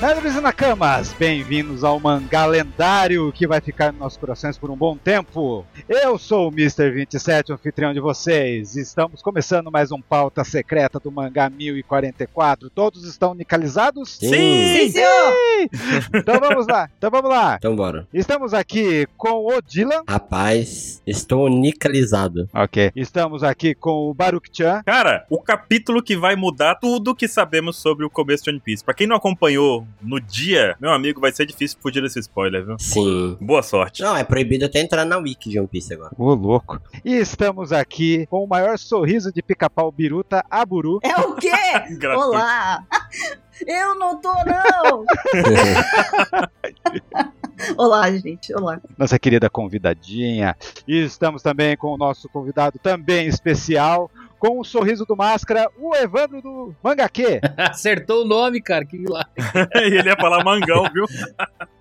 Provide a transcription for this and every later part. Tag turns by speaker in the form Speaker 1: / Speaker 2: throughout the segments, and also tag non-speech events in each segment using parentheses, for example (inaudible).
Speaker 1: Nerds e Nakamas, bem-vindos ao mangá lendário que vai ficar nos nossos corações por um bom tempo. Eu sou o Mr. 27, o anfitrião de vocês. Estamos começando mais um Pauta Secreta do Mangá 1044. Todos estão nicalizados?
Speaker 2: Sim,
Speaker 3: Sim, senhor!
Speaker 1: Então vamos lá, então vamos lá.
Speaker 2: Então bora.
Speaker 1: Estamos aqui com o Dylan.
Speaker 2: Rapaz, estou nicalizado.
Speaker 1: Ok. Estamos aqui com o Baruch-chan.
Speaker 4: Cara, o capítulo que vai mudar tudo que sabemos sobre o começo de One Piece. Pra quem não acompanhou no dia, meu amigo, vai ser difícil fugir desse spoiler, viu?
Speaker 2: Sim.
Speaker 4: Boa sorte.
Speaker 2: Não, é proibido até entrar na wiki de One Piece (laughs) agora.
Speaker 1: Ô, louco. E estamos aqui com o maior sorriso de pica-pau biruta, Aburu.
Speaker 3: É o quê?
Speaker 4: Gratuito. (laughs)
Speaker 3: Olá! (laughs) Eu não tô, não! Olá, gente, olá.
Speaker 1: nossa querida convidadinha. E estamos também com o nosso convidado também especial, com o sorriso do máscara, o Evandro do Mangaque.
Speaker 5: (laughs) Acertou o nome, cara. Que lá.
Speaker 4: E É, ele ia falar mangão, viu?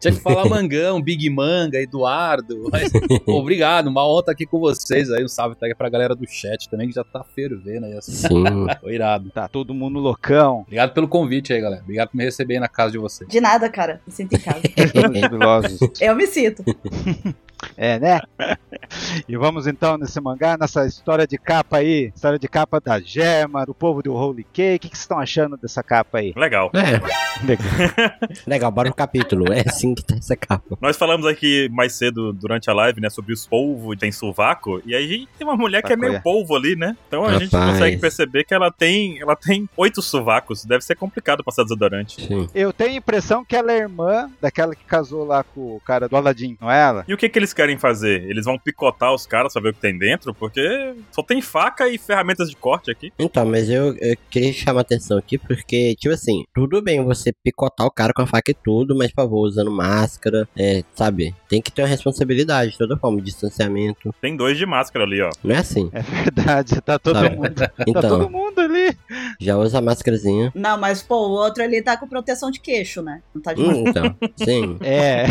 Speaker 5: Tinha que falar Mangão, Big Manga, Eduardo. Mas, pô, obrigado, uma honra estar aqui com vocês. Aí um salve tá aí pra galera do chat também, que já tá fervendo aí. Assim.
Speaker 2: Sim.
Speaker 5: Foi irado.
Speaker 1: Tá todo mundo loucão.
Speaker 5: Obrigado pelo convite aí, galera. Obrigado por me receber aí na casa de vocês.
Speaker 3: De nada, cara. Me sinto em casa.
Speaker 1: (laughs) Estamos jubilosos.
Speaker 3: Eu me sinto.
Speaker 1: É, né? E vamos então nesse mangá, nessa história de capa aí. História de capa da Gema, do povo do Holy Cake. O que que vocês estão achando dessa capa
Speaker 4: (laughs)
Speaker 1: aí?
Speaker 4: Legal.
Speaker 2: É,
Speaker 1: Legal.
Speaker 2: legal, bora pro capítulo. É assim que tá essa capa.
Speaker 4: Nós falamos aqui mais cedo durante a live, né, sobre os polvos, tem sovaco, e aí a gente tem uma mulher que é meio
Speaker 1: Sacolha.
Speaker 4: polvo ali, né? Então a gente
Speaker 2: Rapaz.
Speaker 4: consegue perceber que ela tem, ela tem oito sovacos. Deve ser complicado passar desodorante.
Speaker 2: Sim.
Speaker 1: Eu tenho a impressão que ela é irmã daquela que casou lá com o cara do Aladdin, não é ela?
Speaker 4: E o que que eles querem fazer? Eles vão picotar os caras pra ver o que tem dentro? Porque só tem faca e ferramentas de corte aqui.
Speaker 2: Então, mas eu, eu queria chamar atenção aqui porque, tipo assim, tudo bem você picotar o cara com a faca e tudo, mas, por favor, usando máscara, é, sabe? Tem que ter uma responsabilidade de toda forma, distanciamento.
Speaker 4: Tem dois de máscara ali, ó.
Speaker 2: Não é assim.
Speaker 1: É verdade, tá todo
Speaker 2: (laughs) Tá.
Speaker 1: mundo. Tá todo
Speaker 2: Então,
Speaker 1: mundo ali.
Speaker 2: já usa a máscarazinha.
Speaker 3: Não, mas, pô, o outro ele tá com proteção de queixo, né? Não tá de
Speaker 2: Hum, então, sim.
Speaker 1: (laughs) É.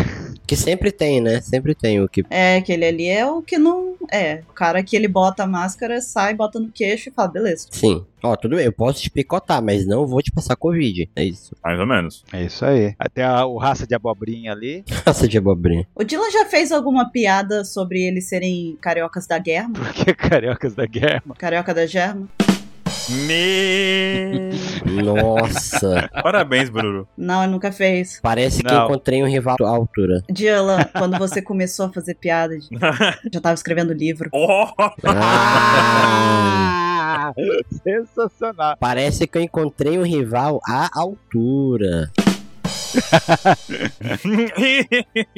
Speaker 2: Que sempre tem, né? Sempre tem o que.
Speaker 3: É, aquele ali é o que não. É, o cara que ele bota a máscara, sai, bota no queixo e fala, beleza.
Speaker 2: Sim. Ó, tudo bem, eu posso te picotar, mas não vou te passar Covid. É isso. (laughs)
Speaker 4: Mais ou menos.
Speaker 1: É isso aí. Até a, o raça de abobrinha ali. (laughs)
Speaker 2: Raça de abobrinha.
Speaker 3: O Dylan já fez alguma piada sobre eles serem cariocas da guerra?
Speaker 1: Porque é cariocas da guerra.
Speaker 3: Carioca da germa?
Speaker 4: Me...
Speaker 2: Nossa.
Speaker 4: (laughs) Parabéns,
Speaker 3: (laughs)
Speaker 4: Bruno.
Speaker 3: Não, ele nunca fez.
Speaker 2: Parece que
Speaker 1: Não.
Speaker 2: encontrei um rival à altura.
Speaker 3: Dylan, quando você começou a fazer piada, já tava escrevendo livro.
Speaker 4: Oh,
Speaker 2: Ah,
Speaker 1: Ah, (laughs) sensacional.
Speaker 2: parece que eu encontrei um rival à altura.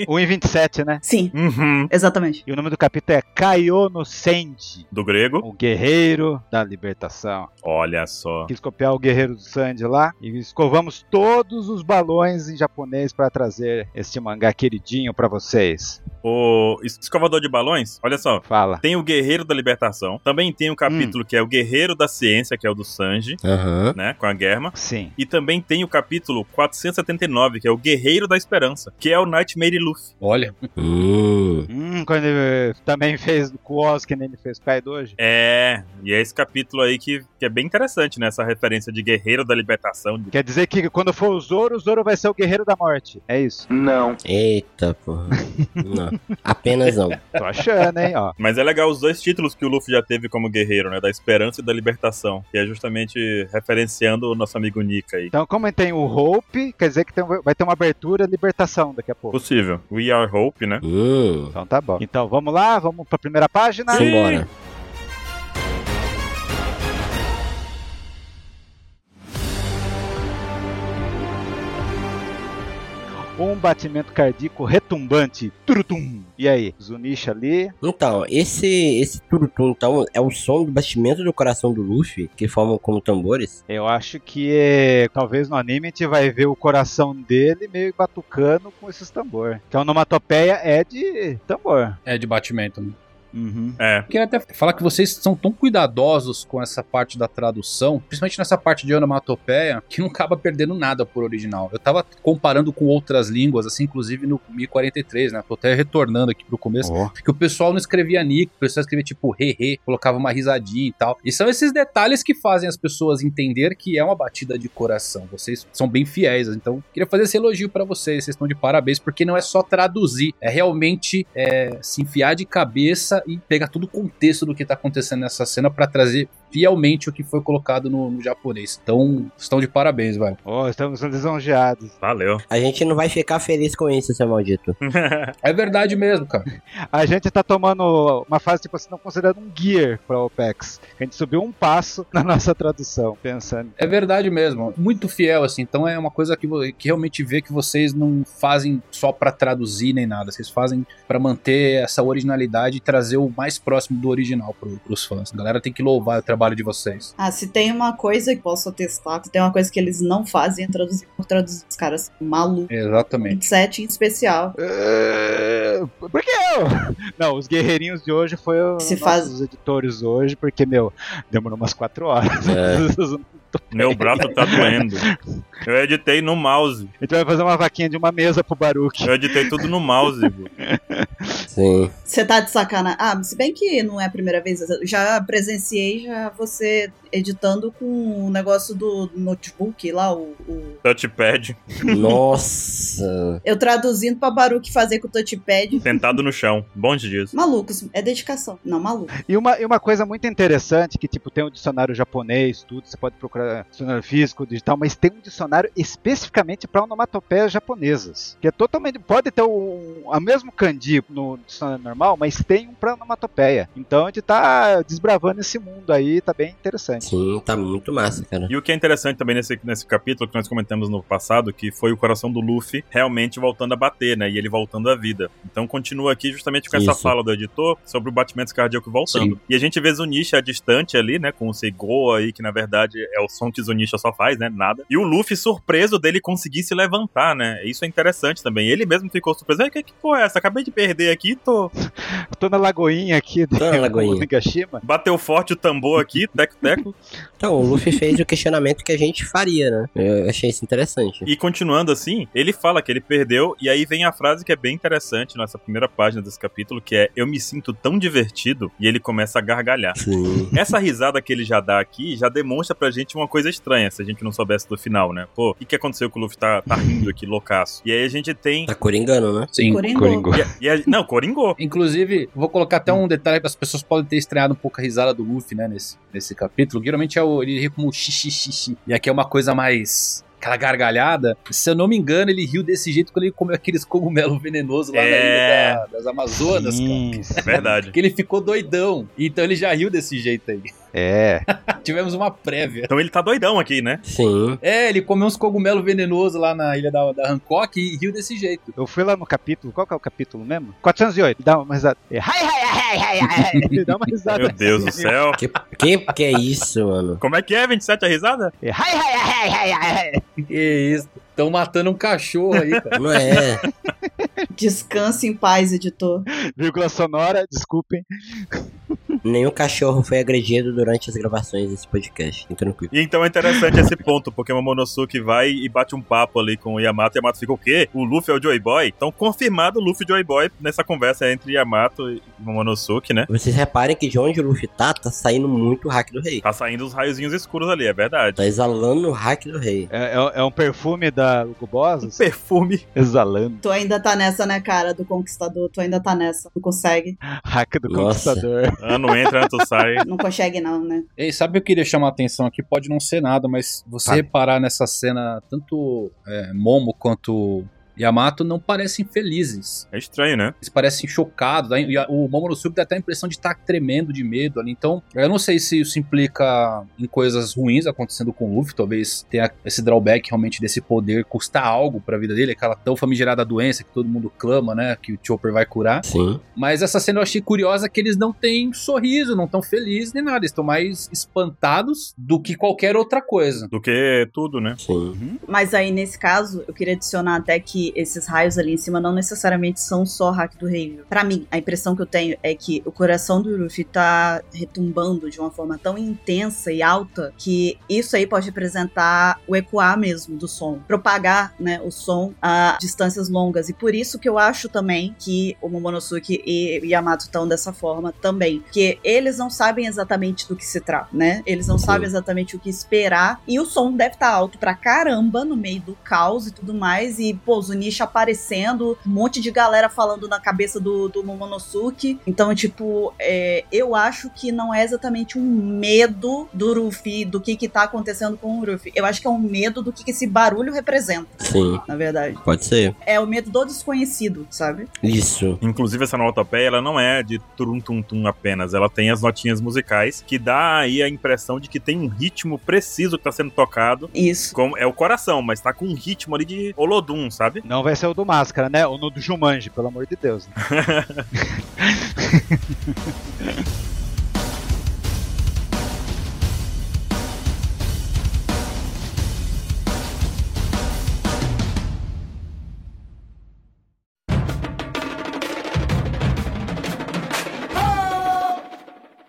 Speaker 1: Um em 27, né?
Speaker 3: Sim,
Speaker 4: Uhum.
Speaker 3: exatamente.
Speaker 1: E o nome do capítulo é Caio no Sandy,
Speaker 4: Do grego.
Speaker 1: o guerreiro da libertação.
Speaker 4: Olha só.
Speaker 1: Quis copiar o guerreiro do Sandy lá e escovamos todos os balões em japonês para trazer este mangá queridinho para vocês.
Speaker 4: O escovador de balões, olha só.
Speaker 1: Fala.
Speaker 4: Tem o Guerreiro da Libertação. Também tem um capítulo que é o Guerreiro da Ciência, que é o do Sanji,
Speaker 2: Aham.
Speaker 4: né? Com a Germa.
Speaker 1: Sim.
Speaker 4: E também tem o capítulo 479, que é o Guerreiro da Esperança, que é o Nightmare Luffy.
Speaker 5: Olha,
Speaker 2: Hum.
Speaker 1: Hum, quando ele também fez com o Oz, que nem ele fez com o Kaidoji.
Speaker 4: É, e é esse capítulo aí que, que é bem interessante, né? Essa referência de Guerreiro da Libertação. de-
Speaker 1: Quer dizer que quando for o Zoro, o Zoro vai ser o guerreiro da morte. É isso.
Speaker 2: Eita, porra. (laughs) Não. Apenas não.
Speaker 1: Tô achando, hein, ó.
Speaker 4: Mas é legal os dois títulos que o Luffy já teve como guerreiro, né? Da Esperança e da Libertação. Que é justamente referenciando o nosso amigo Nika aí.
Speaker 1: Então, como tem o Hope, quer dizer que tem- um, vai ter uma abertura e libertação daqui a pouco.
Speaker 4: Possível. We are hope, né?
Speaker 2: Hum.
Speaker 1: Então tá bom. Então vamos lá, vamos pra primeira página.
Speaker 2: Simbora.
Speaker 1: Um batimento cardíaco retumbante. Turutum. E aí, Zunisha ali.
Speaker 2: Então, esse esse turutum, então, é o som do batimento do coração do Luffy, que formam como tambores?
Speaker 1: Eu acho que é, talvez no anime a gente vai ver o coração dele meio Então, batucando com esses tambor. Que a onomatopeia é de tambor.
Speaker 5: é de batimento, né? Uhum.
Speaker 4: É.
Speaker 5: Eu queria até falar que vocês são tão cuidadosos com essa parte da tradução, principalmente nessa parte de onomatopeia, que não acaba perdendo nada por original. Eu tava comparando com outras línguas, assim, inclusive no 1043, né? Tô até retornando aqui pro começo,
Speaker 1: Ó.
Speaker 5: que o pessoal não escrevia nick, o pessoal escrevia tipo re-re, colocava uma risadinha e tal. E são esses detalhes que fazem as pessoas entender que é uma batida de coração. Vocês são bem fiéis, então queria fazer esse elogio pra vocês, vocês estão de parabéns, porque não é só traduzir, é realmente é, se enfiar de cabeça e pegar todo o contexto do que tá acontecendo nessa cena pra trazer fielmente o que foi colocado no, no japonês. Então, estão de parabéns, velho.
Speaker 1: Ó, estamos lisonjeados.
Speaker 4: Valeu. (laughs)
Speaker 2: A gente não vai ficar feliz com isso, seu maldito.
Speaker 5: É verdade mesmo, cara.
Speaker 1: A gente tá tomando uma fase, tipo assim, não considerando um gear pra OPEX. A gente subiu um passo na nossa tradução, pensando.
Speaker 5: É verdade mesmo. Muito fiel, assim. Então é uma coisa que, vo- que realmente vê que vocês não fazem só pra traduzir nem nada. Vocês fazem pra manter essa originalidade e trazer o mais próximo do original pro, pros fãs. A galera tem que louvar o trabalho de vocês.
Speaker 3: Ah, se tem uma coisa que posso atestar, se tem uma coisa que eles não fazem é traduzir por traduzir. Os caras são malucos.
Speaker 5: Exatamente.
Speaker 3: 27 em especial.
Speaker 1: "Eh, Por que eu? (laughs) Não, os guerreirinhos de hoje foi o-
Speaker 3: Se
Speaker 1: nossos
Speaker 3: faz-
Speaker 1: editores hoje, porque, meu, demorou umas quatro horas. (laughs)
Speaker 4: Meu braço tá doendo. Eu editei no mouse.
Speaker 1: A gente vai fazer uma vaquinha de uma mesa pro Baruque.
Speaker 4: Eu editei tudo no mouse. pô.
Speaker 2: Sim.
Speaker 3: Você tá de sacanagem. Ah, se bem que não é a primeira vez. eu Já presenciei já você editando com o negócio do notebook lá, o. o-
Speaker 4: Touchpad,
Speaker 2: Nossa.
Speaker 3: Eu traduzindo pra Baruque fazer com o touchpad.
Speaker 4: sentado no chão. Bons dias.
Speaker 3: Malucos, é dedicação. Não, maluco.
Speaker 1: E uma, e uma coisa muito interessante, que tipo, tem um dicionário japonês, tudo, você pode procurar dicionário físico, digital, mas tem um dicionário especificamente para onomatopeias japonesas. Que é totalmente. Pode ter um, é o a mesmo kanji no dicionário normal, mas tem um para onomatopeia. Então a gente tá desbravando esse mundo aí, tá bem interessante.
Speaker 2: Sim, tá muito massa, cara.
Speaker 4: E o que é interessante também nesse, nesse capítulo que nós comentamos no passado, que foi o coração do Luffy realmente voltando a bater, né? E ele voltando à vida. Então continua aqui justamente com essa
Speaker 2: Isso.
Speaker 4: fala do editor sobre o batimento cardíaco voltando.
Speaker 5: Sim.
Speaker 4: E a gente vê Zunisha distante ali, né? Com o Seigoa aí, que na verdade é o som que Zunisha só faz, né? Nada. E o Luffy surpreso dele conseguir se levantar, né? Isso é interessante também. Ele mesmo ficou surpreso. "Ei, Que, que porra é essa? Acabei de perder aqui, tô...
Speaker 1: Tô na lagoinha aqui do (laughs)
Speaker 2: Tô na lagoinha.
Speaker 1: Nigashima.
Speaker 4: Bateu forte o tambor aqui, teco-teco.
Speaker 2: Então, o Luffy fez o questionamento que a gente faria, né? Eu achei isso interessante.
Speaker 4: E continuando assim, ele fala que ele perdeu, e aí vem a frase que é bem interessante nessa primeira página desse capítulo, que é Eu me sinto tão divertido, e ele começa a gargalhar.
Speaker 2: Sim.
Speaker 4: Essa risada que ele já dá aqui já demonstra pra gente uma coisa estranha, se a gente não soubesse do final, né? Pô, o que, que aconteceu que o Luffy tá, tá rindo aqui, loucaço? E aí a gente tem.
Speaker 2: Tá coringando, né?
Speaker 5: Sim.
Speaker 3: Coringo.
Speaker 4: e a- e a- não, Coringô.
Speaker 5: Inclusive, vou colocar até um detalhe que as pessoas podem ter estranhado um pouco a risada do Luffy, né, nesse, nesse capítulo. Geralmente é o, ele ri como xixi. E aqui é uma coisa mais. aquela gargalhada. Se eu não me engano, ele riu desse jeito quando ele comeu aqueles cogumelos venenosos lá
Speaker 4: É.
Speaker 5: na ilha da- das Amazonas, cara.
Speaker 4: É verdade.
Speaker 5: Que ele ficou doidão. Então ele já riu desse jeito aí. (laughs)
Speaker 1: É.
Speaker 5: Tivemos uma prévia.
Speaker 4: Então ele tá doidão aqui, né?
Speaker 2: Sim.
Speaker 5: É, ele comeu uns cogumelos venenosos lá na ilha da, da Hancock e riu desse jeito.
Speaker 1: Eu fui lá no capítulo, qual que é o capítulo mesmo? 408, dá uma risada. É, Ai, ai, ai, ai, ai, ai. Ele (laughs) Dá uma risada.
Speaker 4: Meu Deus do céu.
Speaker 2: Que, que, que é isso, mano?
Speaker 4: Como é que é, 27 a risada?
Speaker 1: É, Ai, ai, ai, ai, ai, ai.
Speaker 5: Que isso. Estão matando um cachorro aí, cara.
Speaker 2: Não é.
Speaker 3: Descanse em paz, editor.
Speaker 1: Vírgula sonora, desculpem.
Speaker 2: Nenhum cachorro foi agredido durante as gravações desse podcast. Fiquem tranquilo.
Speaker 4: E então é interessante esse ponto, porque o Momonosuke vai e bate um papo ali com o Yamato, e Yamato fica o quê? O Luffy é o Joy Boy? Então, confirmado o Luffy e Joy Boy nessa conversa entre Yamato e Momonosuke, né?
Speaker 2: Vocês reparem que de onde o Luffy tá, tá saindo muito o hack do rei.
Speaker 4: Tá saindo os raiozinhos escuros ali, é verdade.
Speaker 2: Tá exalando o hack do rei.
Speaker 1: É, é- é um perfume da Lugubosa?
Speaker 4: Um Perfume.
Speaker 1: Exalando.
Speaker 3: Tu ainda tá nessa, né, cara, do conquistador? Tu ainda tá nessa. Não consegue.
Speaker 1: Hack do
Speaker 2: Nossa.
Speaker 1: Conquistador.
Speaker 4: Ano Ah, entra, ano sai.
Speaker 3: Não consegue, não, né?
Speaker 5: E sabe o que eu queria chamar a atenção aqui? Pode não ser nada, mas você
Speaker 2: Sabe.
Speaker 5: reparar nessa cena, tanto é, Momo quanto Yamato não parecem felizes.
Speaker 4: É estranho, né?
Speaker 5: Eles parecem chocados. aí O Momonosuke dá até a impressão de estar tremendo de medo ali. Então, eu não sei se isso implica em coisas ruins acontecendo com o Luffy. Talvez tenha esse drawback realmente desse poder custar algo pra vida dele. Aquela tão famigerada doença que todo mundo clama, né? Que o Chopper vai curar.
Speaker 2: Sim.
Speaker 5: Mas essa cena eu achei curiosa que eles não têm sorriso, não tão felizes nem nada. Eles estão mais espantados do que qualquer outra coisa.
Speaker 4: Do que tudo, né?
Speaker 2: Sim.
Speaker 3: Mas aí, nesse caso, eu queria adicionar até que que esses raios ali em cima não necessariamente são só hack do Raven. Para mim, a impressão que eu tenho é que o coração do Ruffy tá retumbando de uma forma tão intensa e alta que isso aí pode representar o ecoar mesmo do som, propagar, né, o som a distâncias longas. E por isso que eu acho também que o Momonosuke e o Yamato estão dessa forma também, que eles não sabem exatamente do que se trata, né? Eles não
Speaker 2: Sim.
Speaker 3: sabem exatamente o que esperar e o som deve estar alto pra caramba no meio do caos e tudo mais e pô, o Zunisha aparecendo, um monte de galera falando na cabeça do, do Momonosuke. Então, tipo, é, eu acho que não é exatamente um medo do Ruffy, do que que tá acontecendo com o Ruffy. Eu acho que é um medo do que que esse barulho representa,
Speaker 2: Sim,
Speaker 3: na verdade.
Speaker 2: pode ser.
Speaker 3: É o medo do desconhecido, sabe?
Speaker 2: Isso.
Speaker 4: Inclusive, essa onomatopeia, ela não é de turum-tum-tum apenas. Ela tem as notinhas musicais, que dá aí a impressão de que tem um ritmo preciso que tá sendo tocado.
Speaker 3: Isso.
Speaker 4: Como é o coração, mas tá com um ritmo ali de Olodum, sabe?
Speaker 1: Não vai ser o do Máscara, né? Ou no do Jumanji, pelo amor de Deus. né?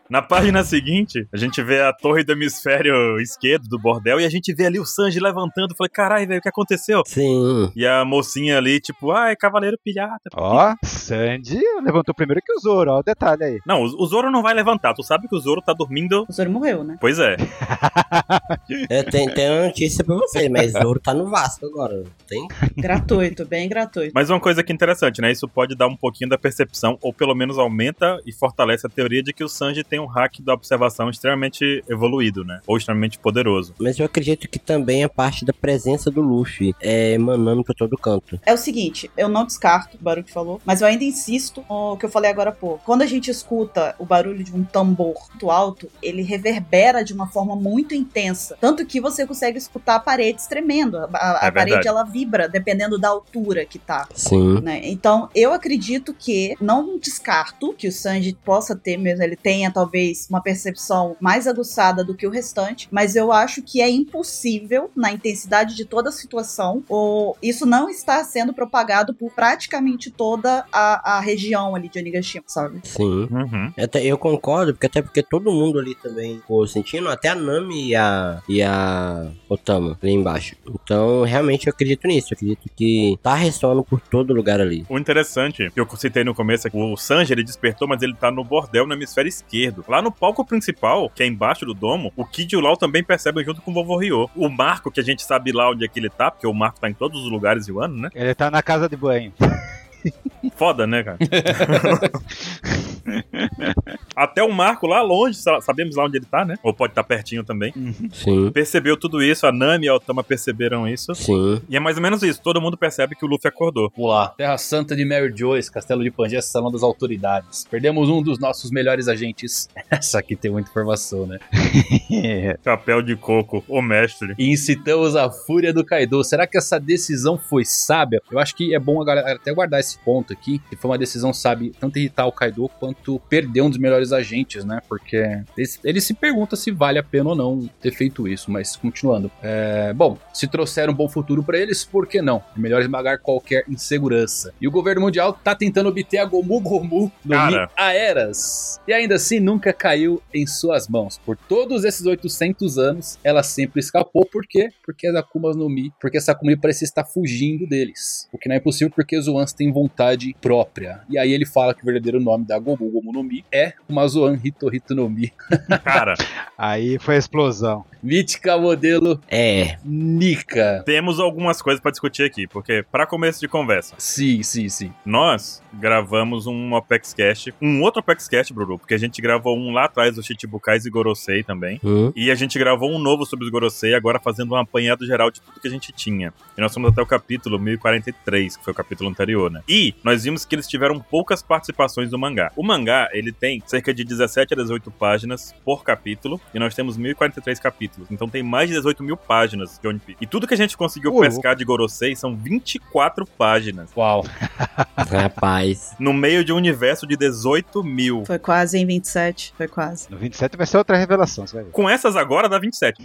Speaker 4: Na página seguinte, a gente vê a torre do hemisfério esquerdo do bordel e a gente vê ali o Sanji levantando. Falei, caralho, velho, o que aconteceu?
Speaker 2: Sim.
Speaker 4: E a mocinha ali, tipo, ai, cavaleiro pilhata.
Speaker 1: Ó, Sandy levantou primeiro que o Zoro, ó o detalhe aí.
Speaker 4: Não, o o Zoro não vai levantar. Tu sabe que o Zoro tá dormindo.
Speaker 3: O Zoro morreu, né?
Speaker 4: Pois é.
Speaker 2: Eu tenho, tenho É, uma notícia pra vocês, mas Ouro tá no Vasco agora, não tem?
Speaker 3: Gratuito, (laughs) bem gratuito.
Speaker 4: Mas uma coisa que é interessante, né? Isso pode dar um pouquinho da percepção, ou pelo menos aumenta e fortalece a teoria de que o Sanji tem um hack da observação extremamente evoluído, né? Ou extremamente poderoso.
Speaker 2: Mas eu acredito que também a parte da presença do Luffy é emanando pra todo canto.
Speaker 3: É o seguinte, eu não descarto o barulho que falou, mas eu ainda insisto no que eu falei agora há pouco. Quando a gente escuta o barulho de um tambor muito alto, ele reverbera de uma forma muito intensa. Tanto que você consegue escutar a parede tremendo. A, a- a
Speaker 4: É
Speaker 3: parede
Speaker 4: verdade.
Speaker 3: ela vibra dependendo da altura que tá.
Speaker 2: Sim.
Speaker 3: né? Então, eu acredito que, não descarto que o Sanji possa ter mesmo, ele tenha talvez uma percepção mais aguçada do que o restante, mas eu acho que é impossível, na intensidade de toda a situação, ou isso não está sendo propagado por praticamente toda a, a região ali de Onigashima, sabe?
Speaker 2: Sim.
Speaker 4: Uhum.
Speaker 2: Até, eu concordo, porque até porque todo mundo ali também ficou sentindo, até a Nami e a, e a Otama ali embaixo. Então, realmente eu acredito nisso. Eu acredito que tá ressoando por todo lugar ali.
Speaker 4: O interessante, que eu citei no começo, é que o Sanji, ele despertou, mas ele tá no bordel no hemisfério esquerdo. Lá no palco principal, que é embaixo do domo, o Kid e o Lau também percebem junto com o Vovô Ryo. O Marco, que a gente sabe lá onde é que ele tá, porque o Marco tá em todos os lugares do ano, né?
Speaker 1: Ele tá na casa de banho. (laughs)
Speaker 4: Foda, né, cara? Até o Marco lá longe, sa- sabemos lá onde ele tá, né? Ou pode estar pertinho também.
Speaker 2: Sim.
Speaker 4: Percebeu tudo isso, a Nami e a Otama perceberam isso.
Speaker 2: Sim.
Speaker 4: E é mais ou menos isso, todo mundo percebe que o Luffy acordou.
Speaker 5: Vamos lá. Terra Santa de Mary Joyce, Castelo de Pangeia, Salão das Autoridades. Perdemos um dos nossos melhores agentes. (laughs) Essa aqui tem muita informação, né?
Speaker 4: Chapéu de coco, o mestre.
Speaker 5: E incitamos a fúria do Kaido. Será que essa decisão foi sábia? Eu acho que é bom a galera até guardar esse ponto aqui, que foi uma decisão sábia, tanto irritar o Kaido quanto perder um dos melhores agentes, né? Porque esse- ele se pergunta se vale a pena ou não ter feito isso, mas continuando. É, bom, se trouxeram um bom futuro pra eles, por que não? É melhor esmagar qualquer insegurança. E o governo mundial tá tentando obter a Gomu Gomu no
Speaker 4: Cara.
Speaker 5: a eras. E ainda assim nunca caiu em suas mãos. Por todos esses 800 anos, ela sempre escapou. Por quê? Porque as Akumas no Mi, porque essa Akuma Mi parecia estar fugindo deles. O que não é possível porque Zoans tem vontade própria. E aí ele fala que o verdadeiro nome da Gomu Gomu no Mi é uma Zoan Hitohito no Mi.
Speaker 4: Cara,
Speaker 1: Aí foi a explosão.
Speaker 5: Mítica modelo
Speaker 2: É.
Speaker 5: Nika.
Speaker 4: temos algumas coisas pra discutir aqui, porque pra começo de conversa,
Speaker 5: Sim, sim, sim.
Speaker 4: nós gravamos um Apex Cast, um outro Apex Cast, Bruno, porque a gente gravou um lá atrás do Chichibukais e Gorosei também.
Speaker 2: Hum.
Speaker 4: E a gente gravou um novo sobre os Gorosei, agora fazendo um apanhado geral de tudo que a gente tinha. E nós fomos até o capítulo 1043, que foi o capítulo anterior, né? E nós vimos que eles tiveram poucas participações no mangá. O mangá, ele tem cerca cerca de 17 a 18 páginas por capítulo, e nós temos 1043 capítulos. Então tem mais de 18 mil páginas de One Piece. E tudo que a gente conseguiu
Speaker 1: Ô,
Speaker 4: pescar de Gorosei são 24 páginas.
Speaker 5: Uau.
Speaker 2: (laughs) Rapaz.
Speaker 4: No meio de um universo de 18 mil.
Speaker 3: Foi quase em 27, foi quase.
Speaker 1: No 27 vai ser outra revelação, você vai ver.
Speaker 4: Com essas agora dá 27.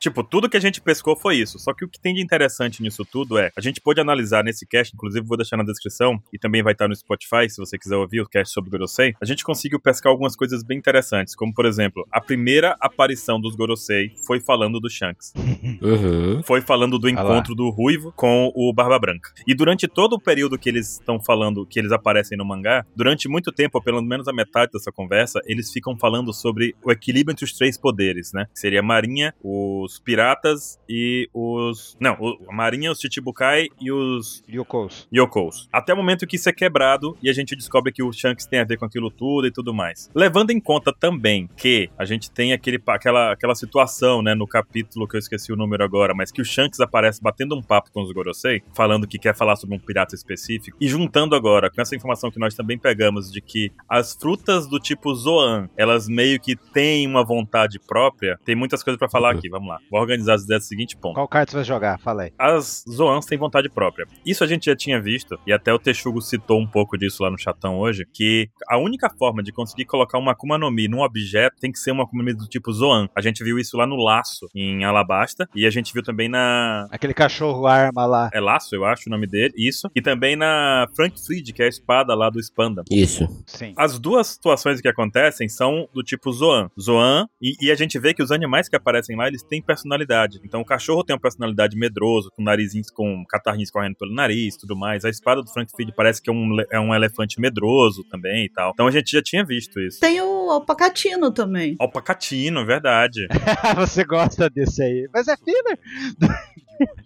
Speaker 4: Tipo, tudo que a gente pescou foi isso. Só que o que tem de interessante nisso tudo é, a gente pôde analisar nesse cast, inclusive vou deixar na descrição e também vai estar no Spotify, se você quiser ouvir o cast sobre Gorosei. A gente conseguiu pescar algumas coisas bem interessantes, como por exemplo, a primeira aparição dos Gorosei foi falando do Shanks.
Speaker 2: (laughs) uhum.
Speaker 4: Foi falando do
Speaker 1: lá.
Speaker 4: encontro do Ruivo com o Barba Branca. E durante todo o período que eles estão falando, que eles aparecem no mangá, durante muito tempo, ou pelo menos a metade dessa conversa, eles ficam falando sobre o equilíbrio entre os três poderes, né? Que seria a Marinha, os piratas e os. Não, o- a Marinha, os Chichibukai e os
Speaker 1: Yokos.
Speaker 4: Yokos. Até o momento que isso é quebrado e a gente descobre que o Shanks tem a ver com aquilo tudo e tudo mais. Levando em conta também que a gente tem aquele, pa- aquela, aquela situação, né, no capítulo que eu esqueci o número agora, mas que o Shanks aparece batendo um papo com os Gorosei, falando que quer falar sobre um pirata específico, e juntando agora com essa informação que nós também pegamos de que as frutas do tipo Zoan, elas meio que têm uma vontade própria, tem muitas coisas pra falar aqui, vamos lá. Vou organizar as ideias do seguinte ponto
Speaker 1: Qual carta você vai jogar? Fala aí.
Speaker 4: as Zoans têm vontade própria. Isso a gente já tinha visto, e até o Texugo citou um pouco disso lá no chatão hoje, que a única forma de conseguir colocar uma Akuma no Mi num objeto tem que ser uma Akuma no Mi do tipo Zoan. A gente viu isso lá no Laço, em Alabasta, e a gente viu também na...
Speaker 1: Aquele cachorro arma lá.
Speaker 4: É Laço, eu acho o nome dele, isso. E também na Frank Fried, que é a espada lá do Spanda.
Speaker 2: Isso.
Speaker 1: Sim.
Speaker 4: As duas situações que acontecem são do tipo Zoan. Zoan, e, e a gente vê que os animais que aparecem lá, eles têm personalidade. Então o cachorro tem uma personalidade medroso, com narizinhos, com catarrinhos correndo pelo nariz tudo mais. A espada do Frank Feed parece que é um, le- é um elefante medroso também e tal. Então a gente já tinha visto isso.
Speaker 3: Tem o Alpacatino também.
Speaker 4: Alpacatino, verdade.
Speaker 1: (laughs) você gosta desse aí. Mas é filler.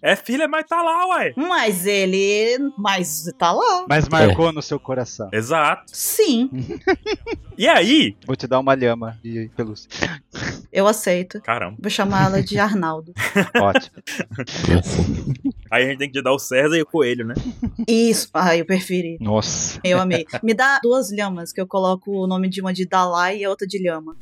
Speaker 4: É filha, mas tá lá, uai.
Speaker 3: Mas ele. Mas tá lá.
Speaker 1: Mas marcou no seu coração.
Speaker 4: Exato.
Speaker 3: Sim,
Speaker 4: E aí?
Speaker 1: Vou te dar uma lhama de pelúcia.
Speaker 3: eu aceito.
Speaker 4: Caramba.
Speaker 3: Vou chamar ela (laughs) de Arnaldo.
Speaker 1: Ótimo.
Speaker 4: Aí a gente tem que dar o César e o Coelho, né? (laughs)
Speaker 3: Isso. Ai, eu preferi.
Speaker 1: Nossa.
Speaker 3: Eu amei. Me dá duas lhamas, que eu coloco o nome de uma de Dalai e a outra de lhama.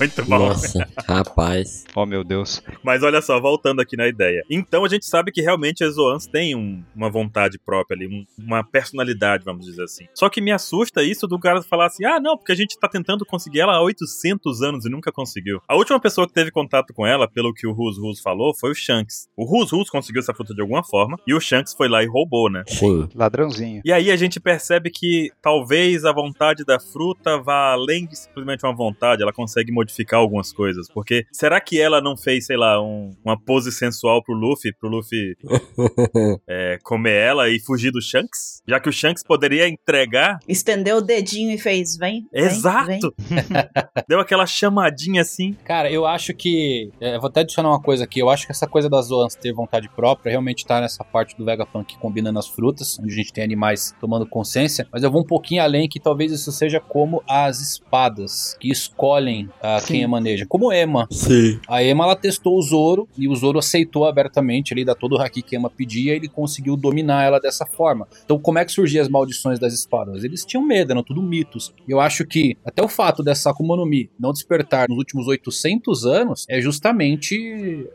Speaker 4: Muito bom.
Speaker 2: Nossa, rapaz.
Speaker 1: Oh, meu Deus.
Speaker 4: Mas olha só, voltando aqui na ideia. Então a gente sabe que realmente as Zoans têm um- uma vontade própria ali, um- uma personalidade, vamos dizer assim. Só que me assusta isso do cara falar assim: ah, não, porque a gente tá tentando conseguir ela há 800 anos e nunca conseguiu. A última pessoa que teve contato com ela, pelo que o Rus Rus falou, foi o Shanks. O Rus Rus conseguiu essa fruta de alguma forma e o Shanks foi lá e roubou, né?
Speaker 2: Sim.
Speaker 1: Ladrãozinho.
Speaker 4: E aí a gente percebe que talvez a vontade da fruta vá além de simplesmente uma vontade, ela consegue modificar algumas coisas. Porque será que ela não fez, sei lá, um- uma pose sensual pro Luffy, pro Luffy é, comer ela e fugir do Shanks? Já que o Shanks poderia entregar.
Speaker 3: Estendeu o dedinho e fez, vem. vem, vem." (laughs)
Speaker 4: Exato! Deu aquela chamadinha assim.
Speaker 5: Cara, eu acho que. é, eu vou até adicionar uma coisa aqui. Eu acho que essa coisa das Zoans ter vontade própria realmente tá nessa parte do Vegapunk combinando as frutas, onde a gente tem animais tomando consciência. Mas eu vou um pouquinho além que talvez isso seja como as espadas que escolhem ah,
Speaker 1: Sim.
Speaker 5: quem a maneja. Como Ema.
Speaker 2: Sim.
Speaker 5: A Ema ela testou o Zoro e o Zoro aceitou abertamente ali, dá todo o haki que a Ema pedia, e ele conseguiu dominar ela dessa forma. Então, como é que surgiam as maldições das espadas? Eles tinham medo, eram tudo mitos. Eu acho que até o fato dessa Akuma no Mi não despertar nos últimos 800 anos é justamente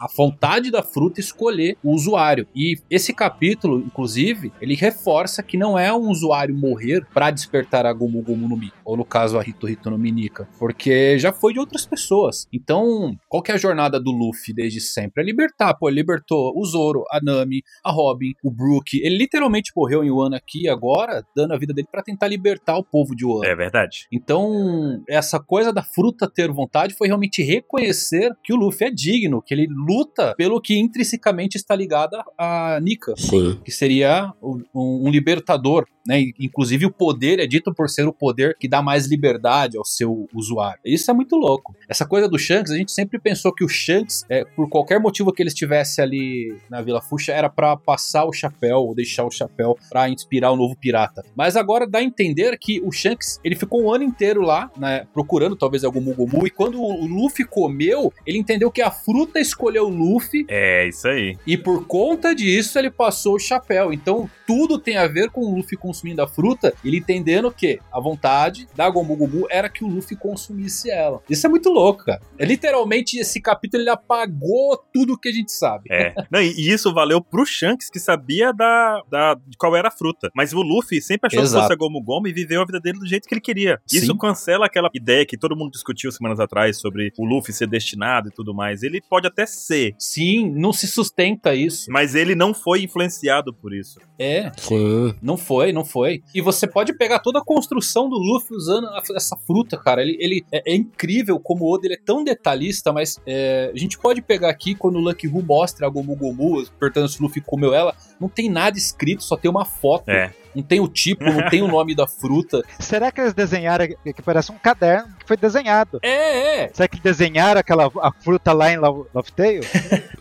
Speaker 5: a vontade da fruta escolher o usuário. E esse capítulo, inclusive, ele reforça que não é um usuário morrer para despertar a Gomu Gomu no Mi, ou no caso a Hito Hito no Minika, porque já foi de outras pessoas. Então, qual que é a jornada do Luffy desde sempre? É libertar, pô, ele libertou o Zoro, a Nami, a Robin, o Brook. Ele literalmente morreu em Wano aqui agora, dando a vida dele para tentar libertar o povo de Wano.
Speaker 4: É verdade.
Speaker 5: Então, essa coisa da fruta ter vontade foi realmente reconhecer que o Luffy é digno, que ele luta pelo que intrinsecamente está ligado a Nika,
Speaker 2: Sim.
Speaker 5: que seria um, um libertador, né? E, Inclusive o poder é dito por ser o poder que dá mais liberdade ao seu usuário. Isso é muito louco. Essa coisa do Shanks, a gente sempre pensou que o Shanks, é, por qualquer motivo que ele estivesse ali na Vila Fuxa, era pra passar o chapéu ou deixar o chapéu pra inspirar o novo pirata. Mas agora dá a entender que o Shanks, ele ficou um ano inteiro lá, né, procurando talvez algum Mugumu, e quando o Luffy comeu, ele entendeu que a fruta escolheu o Luffy
Speaker 4: É isso aí.
Speaker 5: e por conta disso, ele passou o chapéu. Então, tudo tem a ver com o Luffy com- consumindo a fruta, ele entendendo que a vontade da Gomu Gomu era que o Luffy consumisse ela. Isso é muito louco, cara. É, literalmente, esse capítulo ele apagou tudo que a gente sabe.
Speaker 4: É. Não, e e isso valeu pro Shanks, que sabia da, da, de qual era a fruta. Mas o Luffy sempre achou
Speaker 5: Exato.
Speaker 4: que fosse a Gomu Gomu e viveu a vida dele do jeito que ele queria. Isso
Speaker 5: Sim.
Speaker 4: cancela aquela ideia que todo mundo discutiu semanas atrás sobre o Luffy ser destinado e tudo mais. Ele pode até ser,
Speaker 5: Sim, não se sustenta isso.
Speaker 4: mas ele não foi influenciado por isso.
Speaker 5: É,
Speaker 2: Sim.
Speaker 5: não foi, não foi. E você pode pegar toda a construção do Luffy usando a- essa fruta, cara. Ele, ele é, é incrível como o Oda ele é tão detalhista, mas é, a gente pode pegar aqui quando o Lucky Who mostra a Gomu Gomu, portanto, se o Luffy comeu ela, não tem nada escrito, só tem uma foto.
Speaker 4: É.
Speaker 5: Não tem o tipo, não tem o nome da fruta.
Speaker 1: Será que eles desenharam que que parece um caderno que foi desenhado?
Speaker 5: É, é.
Speaker 1: Será que desenharam aquela a fruta lá em Lo- Love Tale?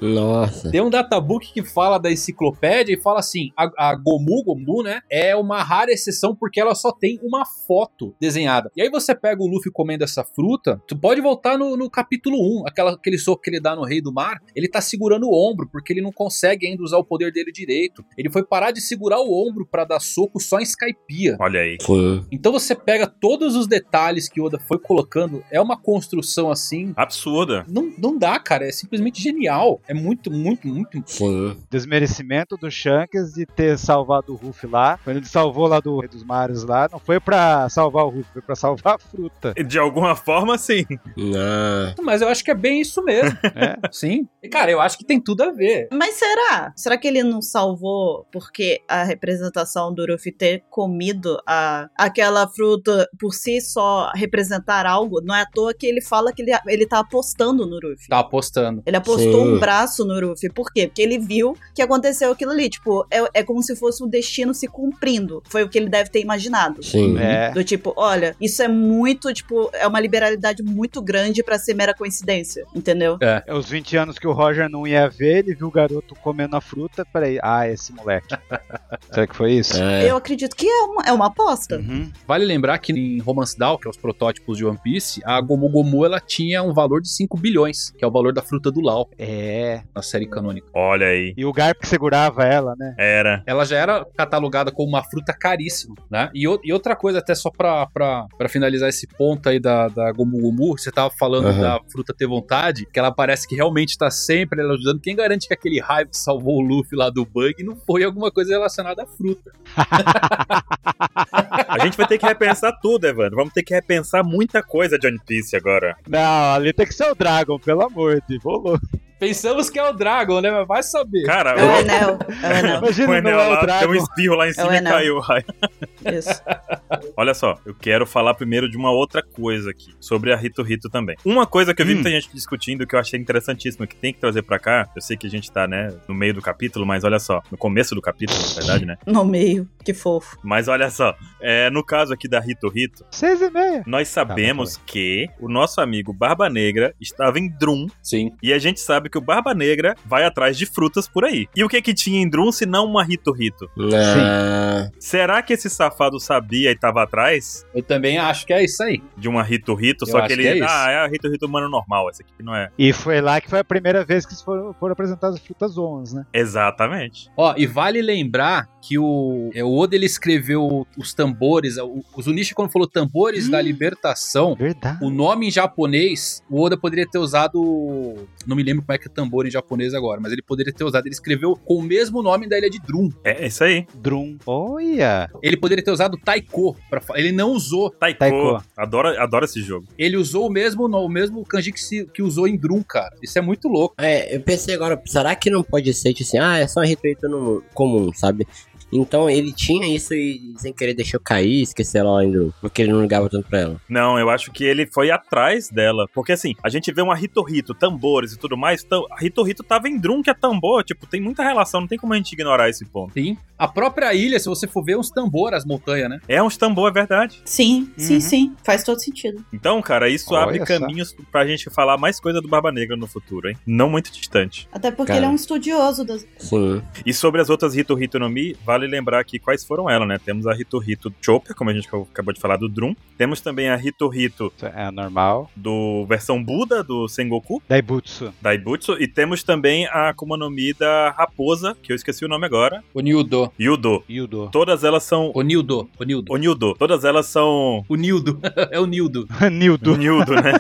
Speaker 2: Nossa.
Speaker 5: Tem um databook que fala da enciclopédia e fala assim: a, a Gomu Gomu, né? É uma rara exceção porque ela só tem uma foto desenhada. E aí você pega o Luffy comendo essa fruta, tu pode voltar no, no capítulo 1, aquela, aquele soco que ele dá no Rei do Mar, ele tá segurando o ombro porque ele não consegue ainda usar o poder dele direito. Ele foi parar de segurar o ombro pra dar soco só em Skypiea.
Speaker 4: Olha aí.
Speaker 2: Sim.
Speaker 5: Então você pega todos os detalhes que o Oda foi colocando, é uma construção assim.
Speaker 4: Absurda.
Speaker 5: Não, não dá, cara. É simplesmente genial. É muito, muito, muito
Speaker 2: Sim.
Speaker 1: Desmerecimento do Shanks de ter salvado o Ruff lá. Quando ele salvou lá do Rei dos Mares lá, não foi pra salvar o Ruff, foi pra salvar a fruta.
Speaker 4: De alguma forma, sim.
Speaker 2: Não.
Speaker 5: Mas eu acho que é bem isso (laughs) mesmo.
Speaker 1: É.
Speaker 5: Sim. E, cara, eu acho que tem tudo a ver.
Speaker 3: Mas será? Será que ele não salvou porque a representação do Ruffy ter comido a, aquela fruta por si só representar algo? Não é à toa que ele fala que ele, ele tá apostando no Ruffy.
Speaker 5: Tá apostando.
Speaker 3: Ele apostou
Speaker 2: Sim.
Speaker 3: um braço no Ruffy. Por quê? Porque ele viu que aconteceu aquilo ali. Tipo, é, é como se fosse um destino se cumprindo. Foi o que ele deve ter imaginado.
Speaker 2: Sim.
Speaker 1: É.
Speaker 3: Do tipo, olha, isso é muito, tipo, é uma liberalidade muito grande pra ser mera coincidência, entendeu?
Speaker 1: É Os 20 anos que o Roger não ia ver, ele viu o garoto comendo a fruta. Peraí, ah, esse moleque. Será que foi isso?
Speaker 2: É.
Speaker 3: Eu acredito que é uma, é uma aposta.
Speaker 1: Uhum.
Speaker 5: Vale lembrar que em Romance Down, que é os protótipos de One Piece, a Gomu Gomu ela tinha um valor de 5 bilhões, que é o valor da fruta do Lau
Speaker 1: É.
Speaker 5: na série canônica.
Speaker 4: Olha aí.
Speaker 1: E o Garp que segurava ela, né?
Speaker 4: Era.
Speaker 5: Ela já era catalogada como uma fruta caríssima, né? E, o- e outra coisa, até só pra, pra, pra finalizar esse ponto aí da, da Gomu Gomu, você tava falando
Speaker 2: Aham.
Speaker 5: da fruta ter vontade, que ela parece que realmente tá sempre ela ajudando. Quem garante que aquele raio que salvou o Luffy lá do bug não foi alguma coisa relacionada à fruta?
Speaker 4: A gente vai ter que repensar tudo, Evandro. Vamos ter que repensar muita coisa de One Piece agora.
Speaker 1: Não, ali tem que ser o Dragon, pelo amor de Deus.
Speaker 5: Pensamos que é o Dragon, né? Mas vai saber.
Speaker 4: Cara,
Speaker 3: É o anel, é o anel.
Speaker 4: o
Speaker 1: Imagina, não
Speaker 4: anel
Speaker 1: é o
Speaker 4: lá, tem um
Speaker 1: Dragon. é
Speaker 4: espirro lá em cima e
Speaker 3: anel.
Speaker 4: caiu. Ai,
Speaker 1: (laughs)
Speaker 3: Isso.
Speaker 4: Olha só, eu quero falar primeiro de uma outra coisa aqui, sobre a Rito Rito também. Uma coisa que eu vi
Speaker 1: Hum.
Speaker 4: muita gente discutindo que eu achei interessantíssima, que tem que trazer pra cá. Eu sei que a gente tá, né, no meio do capítulo, mas olha só, no começo do capítulo, na verdade, né?
Speaker 3: No meio, que fofo.
Speaker 4: Mas olha só, é, no caso aqui da Rito Rito,
Speaker 1: Seis e meia.
Speaker 4: nós sabemos que o nosso amigo Barba Negra estava em Drum
Speaker 5: Sim.
Speaker 4: e a gente sabe que o Barba Negra vai atrás de frutas por aí. E o que que tinha em Drum se não uma Rito Rito?
Speaker 2: Não.
Speaker 4: Será que esse safado sabia e tava atrás?
Speaker 5: Eu também acho que é isso aí.
Speaker 4: de uma Rito Rito,
Speaker 5: Eu
Speaker 4: só
Speaker 5: acho
Speaker 4: que ele.
Speaker 5: que é isso.
Speaker 4: ah, é a Rito Rito humano normal, essa aqui não é.
Speaker 1: E foi lá que foi a primeira vez que foram, foram apresentadas as frutas ONS, né?
Speaker 4: Exatamente.
Speaker 5: Ó, e vale lembrar que o, é, o Oda ele escreveu os tambores, o, o Zunichi quando falou tambores da libertação,
Speaker 1: É Verdade.
Speaker 5: o nome em japonês, o Oda poderia ter usado, não me lembro como é que é tambor em japonês agora, mas ele poderia ter usado, ele escreveu com o mesmo nome da ilha de Drum.
Speaker 4: É isso aí.
Speaker 1: Drum. Olha.
Speaker 5: Ele poderia ter usado Taiko, pra, fa- ele não usou,
Speaker 4: Taiko.
Speaker 1: Taiko.
Speaker 4: Adora, adora esse jogo.
Speaker 5: ele usou o mesmo, no- o mesmo kanji que, se- que usou em Drum, cara. Isso é muito louco.
Speaker 2: É, eu pensei agora, será que não pode ser tipo assim, ah, é só um retrito no comum, sabe? Então ele tinha isso e sem querer deixou cair, esqueceu ela ainda, porque ele não ligava tanto pra ela.
Speaker 4: Não, eu acho que ele foi atrás dela. Porque assim, a gente vê uma Rito Rito, tambores e tudo mais. Tam... A Rito Rito tava em Drum, que é tambor. Tipo, tem muita relação, não tem como a gente ignorar esse ponto.
Speaker 5: Sim. A própria ilha, se você for ver, é uns tambor, as montanhas, né?
Speaker 4: É uns tambor, é verdade.
Speaker 3: Sim,
Speaker 1: Uhum.
Speaker 3: sim, sim. Faz todo sentido.
Speaker 4: Então, cara, isso
Speaker 1: Olha
Speaker 4: abre
Speaker 1: só.
Speaker 4: caminhos pra gente falar mais coisa do Barba Negra no futuro, hein? Não muito distante.
Speaker 3: Até porque
Speaker 2: Cara.
Speaker 3: ele é um estudioso das.
Speaker 2: Sim.
Speaker 4: E sobre as outras Rito Rito no Mi, vale vale lembrar aqui quais foram elas, né? Temos a Rito Rito Chopper, como a gente acabou de falar, do Drum. Temos também a Rito Rito
Speaker 1: É normal.
Speaker 4: do versão Buda, do Sengoku,
Speaker 1: Daibutsu.
Speaker 4: Daibutsu. E temos também a Akuma no Mi da Raposa, que eu esqueci o nome agora,
Speaker 5: O Nildo.
Speaker 4: Yudo.
Speaker 1: Yudo. (laughs)
Speaker 4: Todas elas são...
Speaker 5: O Nildo. O Nildo.
Speaker 4: Onildo. Todas elas são...
Speaker 5: O Nildo. (laughs) é o Nildo.
Speaker 1: Nildo.
Speaker 4: Nildo, né?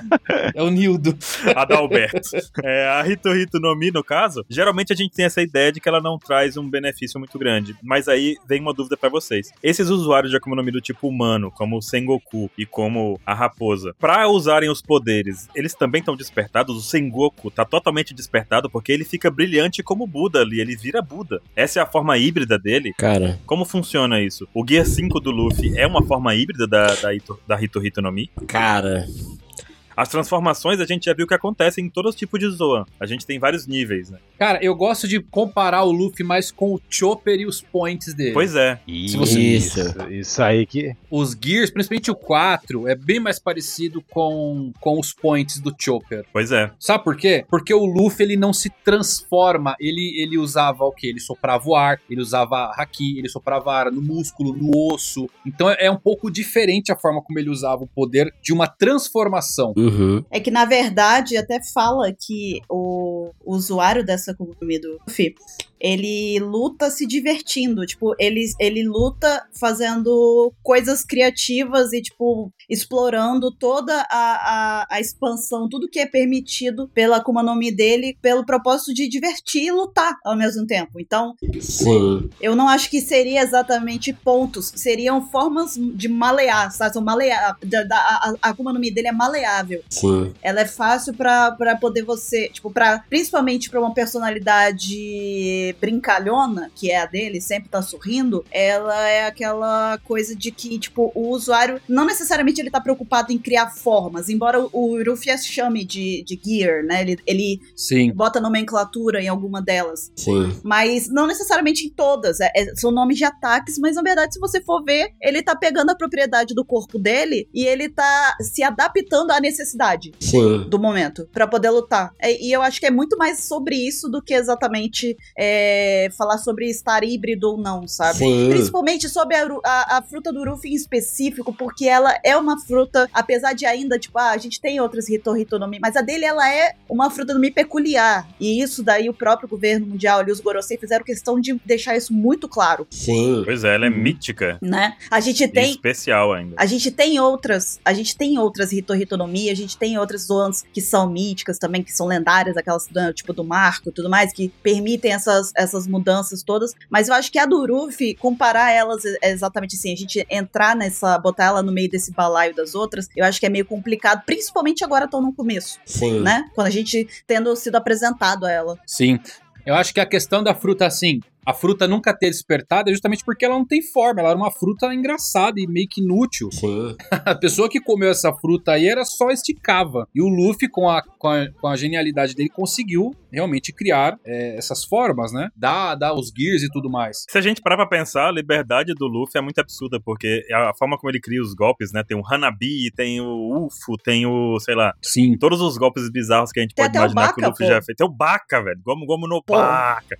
Speaker 5: É o Nildo.
Speaker 4: Adalberto. É, a Hito Hito no Mi, no caso, geralmente a gente tem essa ideia de que ela não traz um benefício muito grande. Mas aí vem uma dúvida pra vocês. Esses usuários de Akuma no Mi do tipo humano, como o Sengoku e como a Raposa, pra usarem os poderes, eles também estão despertados? O Sengoku tá totalmente despertado porque ele fica brilhante como Buda ali, ele vira Buda. Essa é a forma híbrida dele?
Speaker 2: Cara,
Speaker 4: Como funciona isso? O Gear 5 do Luffy é uma forma híbrida da, da, Hito, da Hito Hito no Mi?
Speaker 2: cara.
Speaker 4: As transformações a gente já viu que acontecem em todos os tipos de Zoan. A gente tem vários níveis, né?
Speaker 5: Cara, eu gosto de comparar o Luffy mais com o Chopper e os points dele.
Speaker 4: Pois é.
Speaker 5: Se você-
Speaker 1: Isso. Isso aí que.
Speaker 5: Os Gears, principalmente o 4, é bem mais parecido com, com os points do Chopper.
Speaker 4: Pois é.
Speaker 5: Sabe por quê? Porque o Luffy ele não se transforma. Ele, ele usava o quê? Ele soprava o ar, ele usava haki, ele soprava ar no músculo, no osso. Então é, é um pouco diferente a forma como ele usava o poder de uma transformação.
Speaker 2: Uhum.
Speaker 3: É que, na verdade, até fala que o usuário dessa Kugumi do Luffy, ele luta se divertindo. Tipo, ele, ele luta fazendo coisas criativas e, tipo, explorando toda a, a, a expansão, tudo que é permitido pela Akuma no Mi dele, pelo propósito de divertir e lutar ao mesmo tempo. Então,
Speaker 2: Sim.
Speaker 3: eu não acho que seria exatamente pontos, seriam formas de malear, sabe? São malea- da- da- a, a Akuma no Mi dele é maleável.
Speaker 2: Sim.
Speaker 3: Ela é fácil pra, pra poder você, tipo, pra, principalmente pra uma personalidade brincalhona, que é a dele, sempre tá sorrindo, ela é aquela coisa de que, tipo, o usuário, não necessariamente ele tá preocupado em criar formas, embora o- o Ruffy as chame de, de gear, né? Ele, ele
Speaker 5: Sim.
Speaker 3: bota nomenclatura em alguma delas,
Speaker 2: Sim.
Speaker 3: mas não necessariamente em todas, é- é- são nomes de ataques, mas na verdade, se você for ver, ele tá pegando a propriedade do corpo dele e ele tá se adaptando à necessidade
Speaker 2: Sim.
Speaker 3: do momento pra poder lutar. É, E eu acho que é muito mais sobre isso do que exatamente é, falar sobre estar híbrido ou não, sabe?
Speaker 2: Sim.
Speaker 3: Principalmente sobre a, ru- a- a fruta do Ruffy em específico, porque ela é uma fruta, apesar de ainda, tipo, ah, a gente tem outras Hitoritonomi, mas a dele ela é uma fruta do Mi peculiar. E isso daí o próprio governo mundial ali, os Gorosei, fizeram questão de deixar isso muito claro,
Speaker 2: Sim.
Speaker 4: Pois é, ela é mítica.
Speaker 3: né? A gente
Speaker 4: E
Speaker 3: tem
Speaker 4: especial ainda.
Speaker 3: a gente tem outras, a gente tem outras ritorritonomia, a gente tem outras zonas que são míticas também, que são lendárias, aquelas do, tipo do Marco e tudo mais, que permitem essas, essas mudanças todas. Mas eu acho que a do Ruffy, comparar elas é é exatamente assim, a gente entrar nessa, botar ela no meio desse balaio das outras, eu acho que é meio complicado, principalmente agora tão no começo,
Speaker 2: Sim.
Speaker 3: né? Quando a gente tendo sido apresentado a ela.
Speaker 5: Sim. Eu acho que a questão da fruta, assim, a fruta nunca ter despertado é justamente porque ela não tem forma. Ela era uma fruta engraçada e meio que inútil.
Speaker 2: Sim.
Speaker 5: A pessoa que comeu essa fruta aí era só esticava. E o Luffy, com a, com a, com a genialidade dele, conseguiu realmente criar é, essas formas, né? Dá, dá os gears e tudo mais.
Speaker 4: Se a gente parar pra pensar, a liberdade do Luffy é muito absurda, porque a forma como ele cria os golpes, né? Tem o Hanabi, tem o Ufo, tem o, sei lá,
Speaker 5: Sim.
Speaker 4: todos os golpes bizarros que a gente
Speaker 3: Tem
Speaker 4: pode
Speaker 3: até o
Speaker 4: imaginar que o
Speaker 3: Baka,
Speaker 4: Luffy
Speaker 3: pô.
Speaker 4: já fez. Tem o Baka, velho. Gomu Gomu no
Speaker 3: Pô.
Speaker 4: Baka.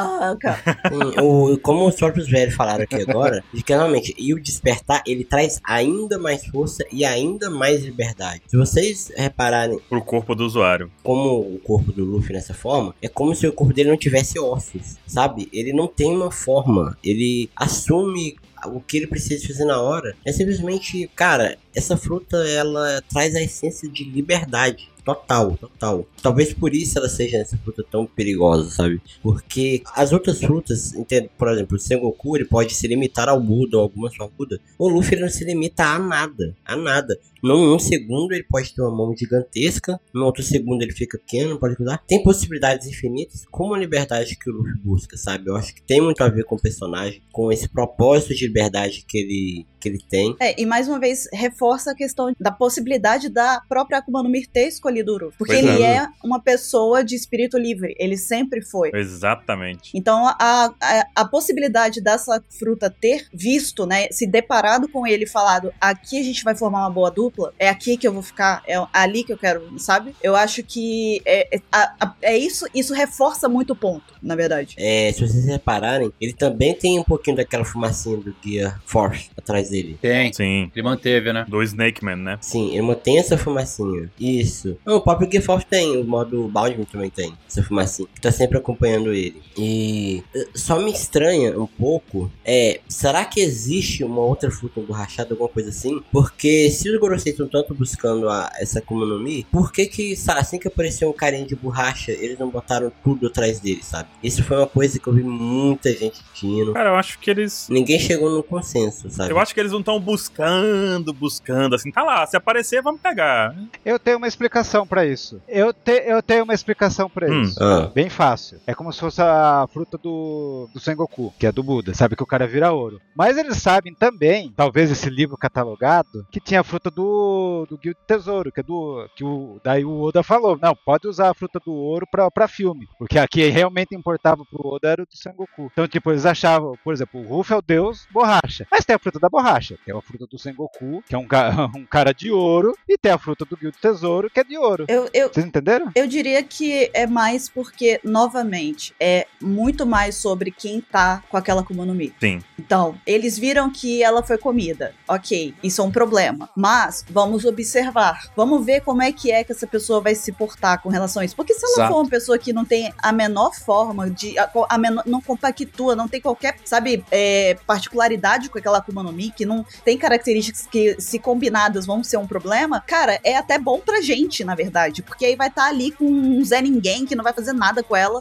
Speaker 3: Baca!
Speaker 2: Sim, o, como os próprios velhos falaram aqui agora, de que realmente, e o despertar, ele traz ainda mais força e ainda mais liberdade. Se vocês repararem
Speaker 4: Pro corpo do usuário.
Speaker 2: como o corpo do Luffy nessa forma, é como se o corpo dele não tivesse ossos, sabe? Ele não tem uma forma, ele assume o que ele precisa fazer na hora. É simplesmente, cara, essa fruta ela traz a essência de liberdade. Total, total. Talvez por isso ela seja essa fruta tão perigosa, sabe? Porque as outras frutas, entende? por exemplo, o Sengoku, ele pode se limitar ao Buda ou alguma sua Buda. O Luffy ele não se limita a nada, a nada. Num, num segundo ele pode ter uma mão gigantesca, no outro segundo ele fica pequeno, não pode cuidar. Tem possibilidades infinitas, como a liberdade que o Luffy busca, sabe? Eu acho que tem muito a ver com o personagem, com esse propósito de liberdade que ele, que ele tem.
Speaker 3: É, e mais uma vez reforça a questão da possibilidade da própria Akuma no Mi ter escolhido o Uruf. Porque
Speaker 4: Pois
Speaker 3: ele
Speaker 4: é.
Speaker 3: é. uma pessoa de espírito livre, ele sempre foi.
Speaker 4: Exatamente.
Speaker 3: Então, a, a, a possibilidade dessa fruta ter visto, né, se deparado com ele e falado, aqui a gente vai formar uma boa dupla, é aqui que eu vou ficar, é ali que eu quero, sabe? Eu acho que é, é, a- a- é isso, isso reforça muito o ponto, na verdade.
Speaker 2: É, se vocês repararem, ele também tem um pouquinho daquela fumacinha do Gear Force atrás dele.
Speaker 5: Tem.
Speaker 4: Sim.
Speaker 5: Ele manteve, né?
Speaker 4: Do Snake Man, né?
Speaker 2: Sim, ele mantém essa fumacinha. Isso. Ah, O próprio Gear Force tem, o modo Baldwin também tem essa fumacinha, que tá sempre acompanhando ele. E eh, só me estranha um pouco, é, será que existe uma outra fruta emborrachada, alguma coisa assim? Porque se os Gorosei estão tanto buscando a, essa Akuma no Mi, por que que, sabe, assim que apareceu um carinha de borracha, eles não botaram tudo atrás dele, sabe? Isso foi uma coisa que eu vi muita gente tinha.
Speaker 4: Cara, eu acho que eles.
Speaker 2: Ninguém chegou no consenso, sabe?
Speaker 4: Eu acho que eles não estão buscando, buscando, assim. Tá lá, se aparecer, vamos pegar.
Speaker 1: Eu tenho uma explicação pra isso. Eu, te- eu tenho uma explicação pra
Speaker 4: Hum.
Speaker 1: isso.
Speaker 2: Ah,
Speaker 1: Bem fácil. É como se fosse a fruta do, do Sengoku, que é do Buda. Sabe que o cara vira ouro. Mas eles sabem também, talvez esse livro catalogado, que tinha a fruta do, do Guild Tesouro, que é do. que o, daí o Oda falou. Não, pode usar a fruta do ouro pra, pra filme. Porque aqui realmente importava pro Oda era o do Sengoku. Então, tipo, eles achavam, por exemplo, o Ruff é o deus borracha. Mas tem a fruta da borracha, que é a fruta do Sengoku, que é um, ca- (laughs) um cara de ouro, e tem a fruta do Guild Tesouro, que é de ouro.
Speaker 3: Eu, eu,
Speaker 1: Vocês entenderam?
Speaker 3: Eu diria que é mais porque, novamente, é muito mais sobre quem tá com aquela Akuma no Mi.
Speaker 4: Sim.
Speaker 3: Então, eles viram que ela foi comida. Ok, isso é um problema. Mas vamos observar. Vamos ver como é que é que essa pessoa vai se portar com relação a isso. Porque se ela
Speaker 5: Exato.
Speaker 3: for uma pessoa que não tem a menor forma de. A, a menor, não compactua, não tem qualquer, sabe, é, particularidade com aquela Akuma no Mi, que não tem características que, se combinadas, vão ser um problema, cara, é até bom pra gente, na verdade. Porque aí vai estar ali com um Zé Ninguém que não vai fazer nada com ela.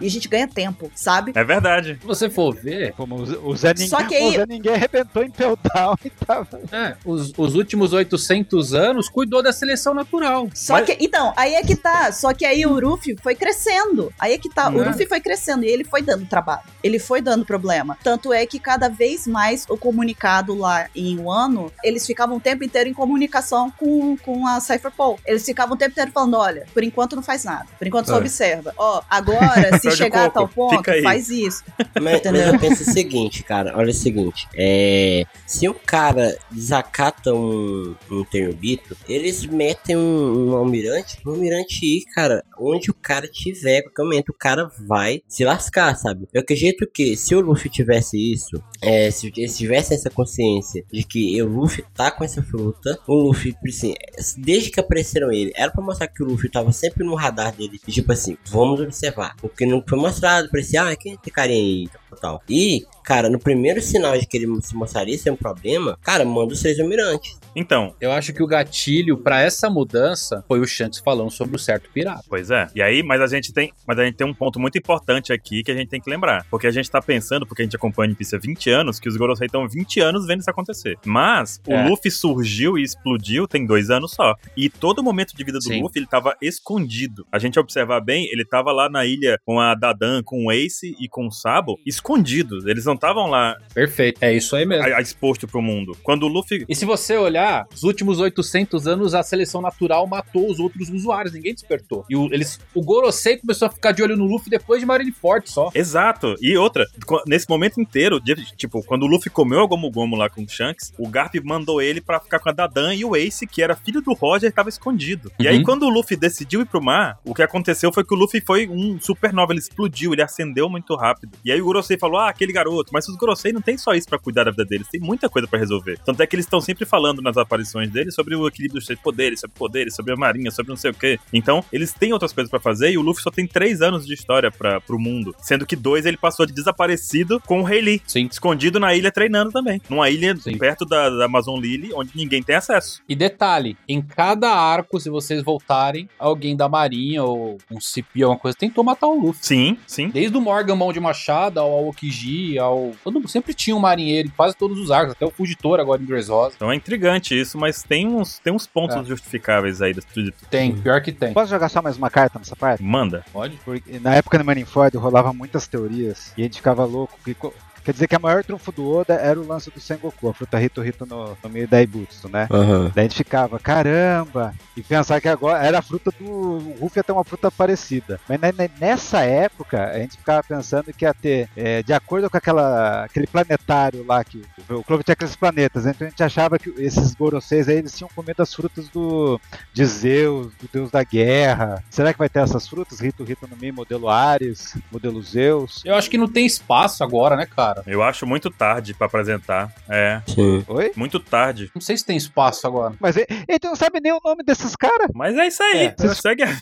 Speaker 3: e a gente ganha tempo, sabe?
Speaker 4: É verdade.
Speaker 5: Se você for ver,
Speaker 1: Como o Zé- o Zé Ninguém,
Speaker 3: Só que aí-
Speaker 1: o Zé Ninguém arrebentou em Feudal e tá tava.
Speaker 5: é, os, os últimos 800 anos cuidou da seleção natural.
Speaker 3: Só
Speaker 4: Mas-
Speaker 3: que, então, aí é que tá. Só que aí o Ruffy foi crescendo. Aí é que tá. O
Speaker 5: Né?
Speaker 3: Ruffy foi crescendo e ele foi dando trabalho. Ele foi dando problema. Tanto é que cada vez mais o comunicado lá em um ano, eles ficavam o tempo inteiro em comunicação com, com a Cypherpole. Eles ficavam o tempo inteiro falando: olha, por enquanto não faz nada. Por enquanto só
Speaker 5: É.
Speaker 3: observa. Ó,
Speaker 4: (laughs)
Speaker 3: agora, se
Speaker 4: Pé de
Speaker 3: chegar a tal
Speaker 4: coco,
Speaker 3: ponto,
Speaker 4: fica aí.
Speaker 3: faz isso.
Speaker 2: Mas, mas
Speaker 3: Entendeu?
Speaker 2: eu penso o seguinte, cara, olha o seguinte, é, se um cara desacata um, um termobito, eles metem um, um almirante, um almirante ir, cara, onde o cara tiver, qualquer momento o cara vai se lascar, sabe? Eu acredito que se o Luffy tivesse isso, é, se eles tivessem essa consciência de que o Luffy tá com essa fruta, o Luffy, assim, desde que apareceram ele, era pra mostrar que o Luffy tava sempre no radar dele, e tipo assim, vamos observar. O que não foi mostrado, parecia, ah, quem é esse carinha aí, tal, tal. E, cara, no primeiro sinal de que ele se mostraria ser um problema, cara, manda os três almirantes.
Speaker 4: Então,
Speaker 5: Eu acho que o gatilho pra essa mudança foi o Shanks falando sobre o certo pirata.
Speaker 4: Pois é. E aí, mas a gente tem, mas a gente tem um ponto muito importante aqui que a gente tem que lembrar. Porque a gente tá pensando, porque a gente acompanha One Piece há 20 anos, que os Gorosei estão 20 anos vendo isso acontecer. Mas o
Speaker 5: É.
Speaker 4: Luffy surgiu e explodiu tem dois anos só. E todo momento de vida do
Speaker 5: Sim.
Speaker 4: Luffy, ele tava escondido. A gente observar bem, ele tava lá na ilha com a Dadan, com o Ace e com o Sabo, escondidos. Eles não estavam lá
Speaker 5: Perfeito. É isso aí mesmo.
Speaker 4: a- a- exposto pro mundo. Quando o Luffy.
Speaker 5: E se você olhar, os últimos 800 anos a seleção natural matou os outros usuários, ninguém despertou. E o, eles, o Gorosei começou a ficar de olho no Luffy depois de Marineford só.
Speaker 4: Exato. E outra, qu- nesse momento inteiro, de- tipo, quando o Luffy comeu a Gomu Gomu lá com o Shanks, o Garp mandou ele pra ficar com a Dadan e o Ace, que era filho do Roger, tava escondido. E aí,
Speaker 5: Uhum.
Speaker 4: quando o Luffy decidiu ir pro mar, o que aconteceu foi que o Luffy foi um supernova, ele explodiu, ele acendeu muito rápido. E aí o Gorosei falou, ah, aquele garoto. Mas os Gorosei não tem só isso pra cuidar da vida deles, tem muita coisa pra resolver. Tanto é que eles estão sempre falando nas aparições deles sobre o equilíbrio dos três poderes, sobre poderes, sobre a marinha, sobre não sei o quê. Então, eles têm outras coisas pra fazer e o Luffy só tem três anos de história pra, pro mundo. Sendo que dois ele passou de desaparecido com o Rei Lee.
Speaker 5: Sim.
Speaker 4: Escondido na ilha treinando também. Numa ilha
Speaker 5: Sim.
Speaker 4: perto da, da Amazon Lily, onde ninguém tem acesso.
Speaker 5: E detalhe, em cada arco, se vocês voltarem, alguém da marinha ou um cipi, alguma coisa, tentou matar o Luffy.
Speaker 4: Sim, sim.
Speaker 5: Desde o Morgan Mão de Machado ao Aokiji, ao... Todo, mundo- sempre tinha um marinheiro em quase todos os arcos, até o Fugitor agora em Dressrosa.
Speaker 4: Então é intrigante isso, mas tem uns, tem uns pontos
Speaker 5: É.
Speaker 4: justificáveis aí. desse tipo tudo.
Speaker 5: Tem, pior que tem.
Speaker 1: Posso jogar só mais uma carta nessa parte?
Speaker 4: Manda.
Speaker 5: Pode?
Speaker 1: Porque na época do Marineford rolava muitas teorias e a gente ficava louco que co- Quer dizer que a maior trunfo do Oda era o lance do Sengoku, a fruta Rito Rito no, no meio da Ibutsu, né?
Speaker 2: Aham.
Speaker 1: Daí a gente ficava, caramba! E pensar que agora era a fruta do. O Ruffy ia ter uma fruta parecida. Mas ne- ne- nessa época, a gente ficava pensando que ia ter, é, de acordo com aquela, aquele planetário lá que o Clover tinha aqueles planetas, então a gente achava que esses Goroseis aí eles tinham comido as frutas do de Zeus, do deus da guerra. Será que vai ter essas frutas? Rito Rito no Mi, modelo Ares, modelo Zeus.
Speaker 5: Eu acho que não tem espaço agora, né, cara?
Speaker 4: Eu acho muito tarde pra apresentar. É,
Speaker 2: Sim.
Speaker 1: Oi?
Speaker 4: muito tarde.
Speaker 5: Não sei se tem espaço agora.
Speaker 1: Mas ele, ele não sabe nem o nome desses caras.
Speaker 4: Mas é isso aí.
Speaker 5: É.
Speaker 4: Segue a...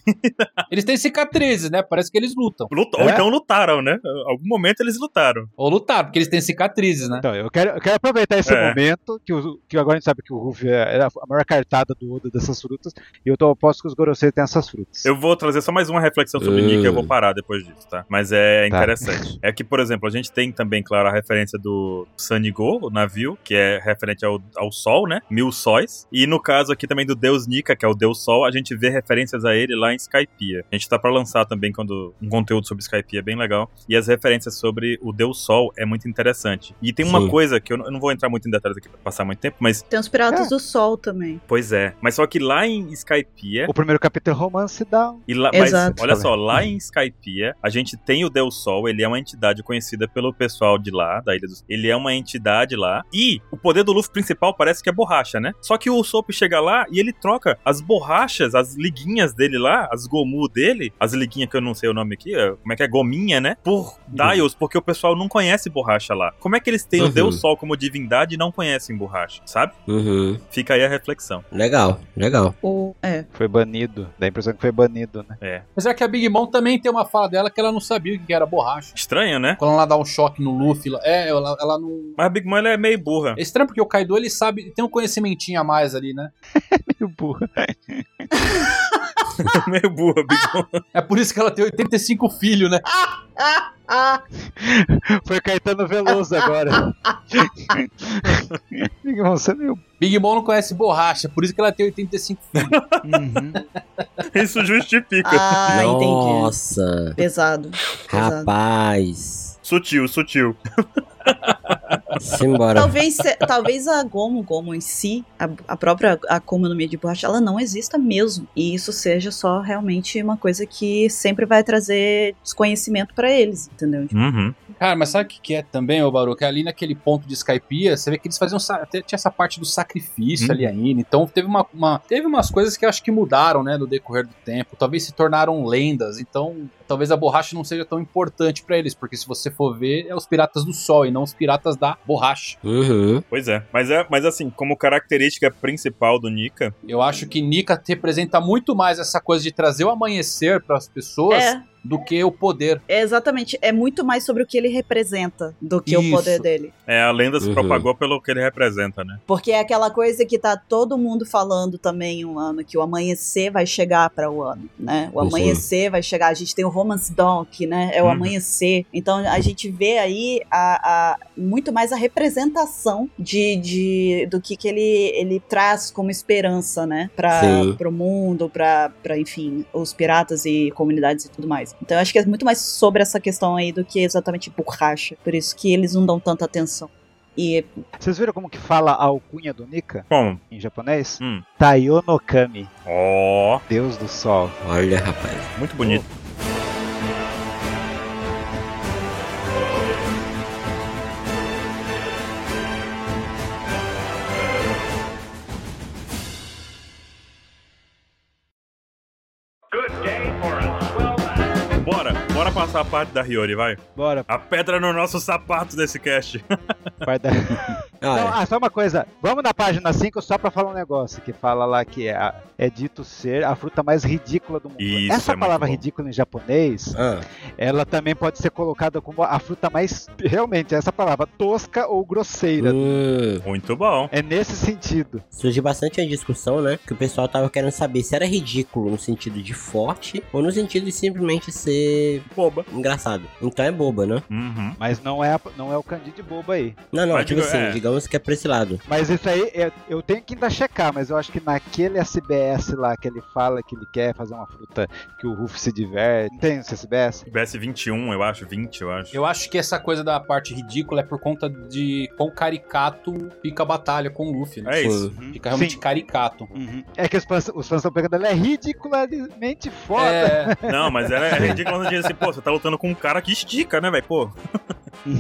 Speaker 5: Eles têm cicatrizes, né? Parece que eles lutam.
Speaker 4: Luta-
Speaker 1: É?
Speaker 4: Ou então lutaram, né? Em algum momento eles lutaram.
Speaker 5: Ou lutaram, porque eles têm cicatrizes, né?
Speaker 1: Então, eu quero, eu quero aproveitar esse
Speaker 4: É.
Speaker 1: momento, que, o- que agora a gente sabe que o Ruffy é- era a maior cartada do Oda dessas frutas, e eu tô aposto que os Gorosei têm essas frutas.
Speaker 4: Eu vou trazer só mais uma reflexão sobre
Speaker 2: Hum.
Speaker 4: Nick e eu vou parar depois disso, tá? Mas é
Speaker 1: Tá.
Speaker 4: interessante. É que, por exemplo, a gente tem também, claro, a referência do Sanigo, o navio, que é referente ao, ao sol, né? Mil sóis. E no caso aqui também do deus Nika, que é o deus sol, a gente vê referências a ele lá em Skypiea. A gente tá pra lançar também quando um conteúdo sobre Skypiea bem legal. E as referências sobre o deus sol é muito interessante. E tem uma
Speaker 2: Sim.
Speaker 4: coisa que eu não, eu não vou entrar muito em detalhes aqui pra passar muito tempo, mas
Speaker 3: Tem os Piratas
Speaker 1: É.
Speaker 3: do Sol também.
Speaker 4: pois é. Mas só que lá em Skypiea,
Speaker 1: O primeiro capítulo é romance dá um-
Speaker 4: e lá, mas
Speaker 3: Exato.
Speaker 4: olha só, lá em Skypiea, a gente tem o Deus Sol, ele é uma entidade conhecida pelo pessoal de lá, da Ilha do Ele é uma entidade lá. E o poder do Luffy principal parece que é borracha, né? Só que o Usopp chega lá e ele troca as borrachas, as liguinhas dele lá, as Gomu dele, as liguinhas que eu não sei o nome aqui, é- como é que é? Gominha, né? Por Dials, porque o pessoal não conhece borracha lá. Como é que eles têm
Speaker 2: Uhum.
Speaker 4: o Deus Sol como divindade e não conhecem borracha, sabe?
Speaker 2: Uhum.
Speaker 4: Fica aí a reflexão.
Speaker 2: Legal, legal.
Speaker 3: Ou, é.
Speaker 1: Foi banido. Dá a impressão que foi banido, né?
Speaker 5: Mas é que a Big Mom também tem uma fala dela que ela não sabia o que era borracha.
Speaker 4: Estranho, né?
Speaker 5: Quando ela dá um choque no Luffy, ela- é, ela, ela não.
Speaker 4: Mas a Big Mom ela é meio burra. (laughs)
Speaker 5: É estranho porque o Kaido ele sabe, ele tem um conhecimentinho a mais ali, né?
Speaker 1: Meio burra.
Speaker 4: meio burra, Big Mom.
Speaker 5: É por isso que ela tem 85 filhos, né?
Speaker 3: (laughs) Ah, ah.
Speaker 1: Foi Caetano Veloso agora. Big Mom, você é meio.
Speaker 5: Big Mom não conhece borracha, é por isso que ela tem 85 filhos.
Speaker 4: (laughs) Isso justifica.
Speaker 3: Ah, entendi.
Speaker 2: Nossa,
Speaker 3: Pesado. Pesado.
Speaker 2: rapaz.
Speaker 4: Sutil, sutil.
Speaker 2: Simbora.
Speaker 3: Talvez, se- talvez a Gomu Gomu em si, a, a própria Akuma no meio de borracha, ela não exista mesmo. E isso seja só realmente uma coisa que sempre vai trazer desconhecimento pra eles, entendeu?
Speaker 4: Uhum.
Speaker 5: Cara, mas sabe o que que é também, ô Baru? Que ali naquele ponto de Skypiea, você vê que eles faziam. sa- até Tinha essa parte do sacrifício
Speaker 4: Hum.
Speaker 5: ali ainda. Então teve uma, uma- Teve umas coisas que eu acho que mudaram, né, no decorrer do tempo. Talvez se tornaram lendas. Então, talvez a borracha não seja tão importante pra eles. Porque se você for ver, é os piratas do sol e não os piratas da borracha.
Speaker 2: Uhum.
Speaker 4: Pois é. Mas, é. mas assim, como característica principal do Nika,
Speaker 5: Eu acho que Nika representa muito mais essa coisa de trazer o amanhecer pras pessoas
Speaker 3: É,
Speaker 5: do que o poder.
Speaker 3: é, exatamente. É muito mais sobre o que ele representa do que o
Speaker 5: Isso.
Speaker 3: poder dele.
Speaker 4: é, a lenda se
Speaker 2: Uhum.
Speaker 4: propagou pelo que ele representa, né?
Speaker 3: Porque é aquela coisa que tá todo mundo falando também um ano, que o amanhecer vai chegar pra o ano, né? O
Speaker 2: Uhum.
Speaker 3: amanhecer vai chegar. A gente tem o Romance Dock, né? É o
Speaker 4: Uhum.
Speaker 3: amanhecer. Então a gente vê aí a, a- muito mais a representação de, de- do que, que ele, ele traz como esperança, né? Pra,
Speaker 2: Sim.
Speaker 3: pro mundo, pra, pra, enfim, os piratas e comunidades e tudo mais. Então eu acho que é muito mais sobre essa questão aí do que exatamente borracha. Por isso que eles não dão tanta atenção. E
Speaker 1: Vocês viram como que fala a alcunha do Nika
Speaker 4: Bom,
Speaker 1: em japonês?
Speaker 4: Hum.
Speaker 1: Taiyo no Kami,
Speaker 4: ó,
Speaker 1: Deus do Sol.
Speaker 2: Olha, rapaz.
Speaker 4: muito bonito. Bora, bora passar a parte da Hiyori, vai.
Speaker 1: Bora,
Speaker 4: A pedra no nosso sapato desse cast. (laughs)
Speaker 1: pai da.
Speaker 4: é.
Speaker 1: Não,
Speaker 2: Olha.
Speaker 1: ah, só uma coisa. Vamos na página 5 só pra falar um negócio que fala lá que é, a- é dito ser a fruta mais ridícula do mundo.
Speaker 4: Isso,
Speaker 1: Essa
Speaker 4: é muito
Speaker 1: palavra
Speaker 4: bom.
Speaker 1: ridícula em
Speaker 3: Então,
Speaker 1: japonês,
Speaker 2: Ah,
Speaker 1: ela também pode ser colocada como a fruta mais. Realmente, essa palavra, tosca ou grosseira.
Speaker 4: Uh.
Speaker 2: hum,
Speaker 4: Muito bom.
Speaker 1: É nesse sentido.
Speaker 2: surgiu bastante a discussão, né? Que o pessoal tava querendo saber se era ridículo no sentido de forte ou no sentido de simplesmente ser
Speaker 4: Boba.
Speaker 2: engraçado. Então é boba, né?
Speaker 4: Uhum.
Speaker 1: Mas não é, a- não é o candido bobo aí.
Speaker 2: Não, não,
Speaker 4: Mas
Speaker 2: tipo
Speaker 4: digo-
Speaker 2: assim,
Speaker 4: é.
Speaker 2: digamos música é pra esse
Speaker 4: (laughs)
Speaker 2: lado.
Speaker 1: Mas isso aí, eu, eu tenho que ainda checar, mas eu acho que naquele SBS lá que ele fala que ele quer fazer uma fruta que o Rufo se diverte. Não tem esse SBS?
Speaker 4: BS21, eu acho, 20, eu acho.
Speaker 5: Eu acho que essa coisa da parte ridícula é por conta de quão caricato fica a batalha com o Luffy, né?
Speaker 4: É isso.
Speaker 1: Uhum.
Speaker 5: Fica realmente
Speaker 1: Sim.
Speaker 4: Tipo,
Speaker 5: caricato.
Speaker 1: Uhum. É que os fãs os fãs estão pegando ela é ridiculamente foda.
Speaker 5: É,
Speaker 4: Não, mas ela é ridícula quando diz assim, pô, você tá lutando com um cara que estica, né, velho? Pô,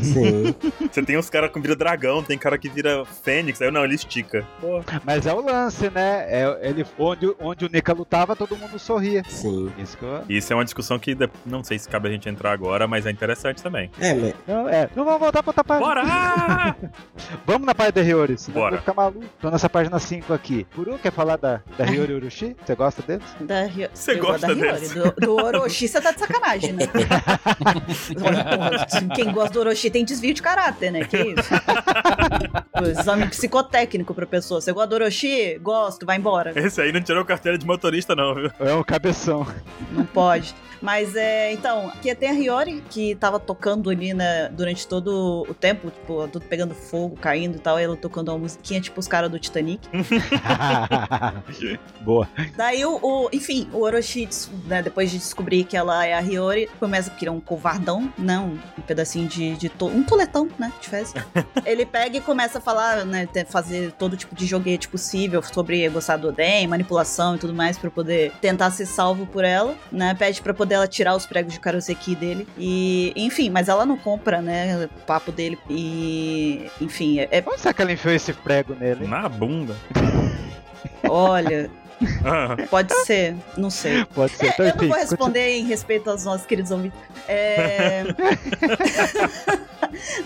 Speaker 2: Sim.
Speaker 4: você tem uns caras que vira dragão, tem cara que vira fênix, aí eu, não, ele estica. Pô,
Speaker 1: Mas é o lance, né? É, ele, onde, onde o Nika lutava, todo mundo sorria.
Speaker 2: Sim.
Speaker 1: Isso que eu.
Speaker 4: Isso é uma discussão que de- não sei se cabe a gente entrar agora, mas é interessante também.
Speaker 2: É, mas
Speaker 1: Não, é, não vamos voltar pra outra página.
Speaker 4: Bora! (laughs)
Speaker 1: Vamos na página da Hiyori, senão
Speaker 4: Bora.
Speaker 1: eu vou ficar maluco. Tô nessa página 5 aqui. Kuru, quer falar da, da Hiyori Urushi? Você gosta deles?
Speaker 3: Da Rio-
Speaker 4: Você
Speaker 3: eu gosto
Speaker 4: gosta
Speaker 3: da Hiyori.
Speaker 4: desse?
Speaker 3: Do, do Orochi, você tá de sacanagem, né? Porra, Quem gosta do Orochi tem desvio de caráter, né? Que isso? Pô,
Speaker 4: (laughs)
Speaker 3: Exame psicotécnico pra pessoa. Você gosta do Orochi? Gosto, vai embora.
Speaker 4: Esse aí não tirou carteira de motorista, não, viu?
Speaker 1: É um cabeção.
Speaker 3: Não pode. Mas é, então, aqui tem a Hiyori, que tava tocando ali, né, durante todo o tempo, tipo, tudo pegando fogo, caindo e tal, ela tocando uma musiquinha, tipo os caras do Titanic.
Speaker 1: (laughs) Boa.
Speaker 3: Daí o, o- enfim, o Orochi, des- né, depois de descobrir que ela é a Hiyori, começa porque ele é um covardão, não, um pedacinho de, de to- um toletão, né, de fezes. ele pega e começa a falar, né, te- fazer todo tipo de joguete possível sobre gostar do Oden, manipulação e tudo mais pra poder tentar ser salvo por ela, né? Pede pra poder ela tirar os pregos de Karoseki dele e, enfim, mas ela não compra, né, o papo dele e, enfim, é, é-
Speaker 1: Onde será que ela enfiou esse prego nele? hein?
Speaker 4: Na bunda.
Speaker 3: olha,
Speaker 4: Ah,
Speaker 3: pode ser, não sei.
Speaker 1: Pode ser. Então,
Speaker 3: É, eu
Speaker 1: enfim,
Speaker 3: não vou
Speaker 1: continua.
Speaker 3: responder em respeito aos nossos queridos ouvintes.
Speaker 1: (laughs)
Speaker 3: É...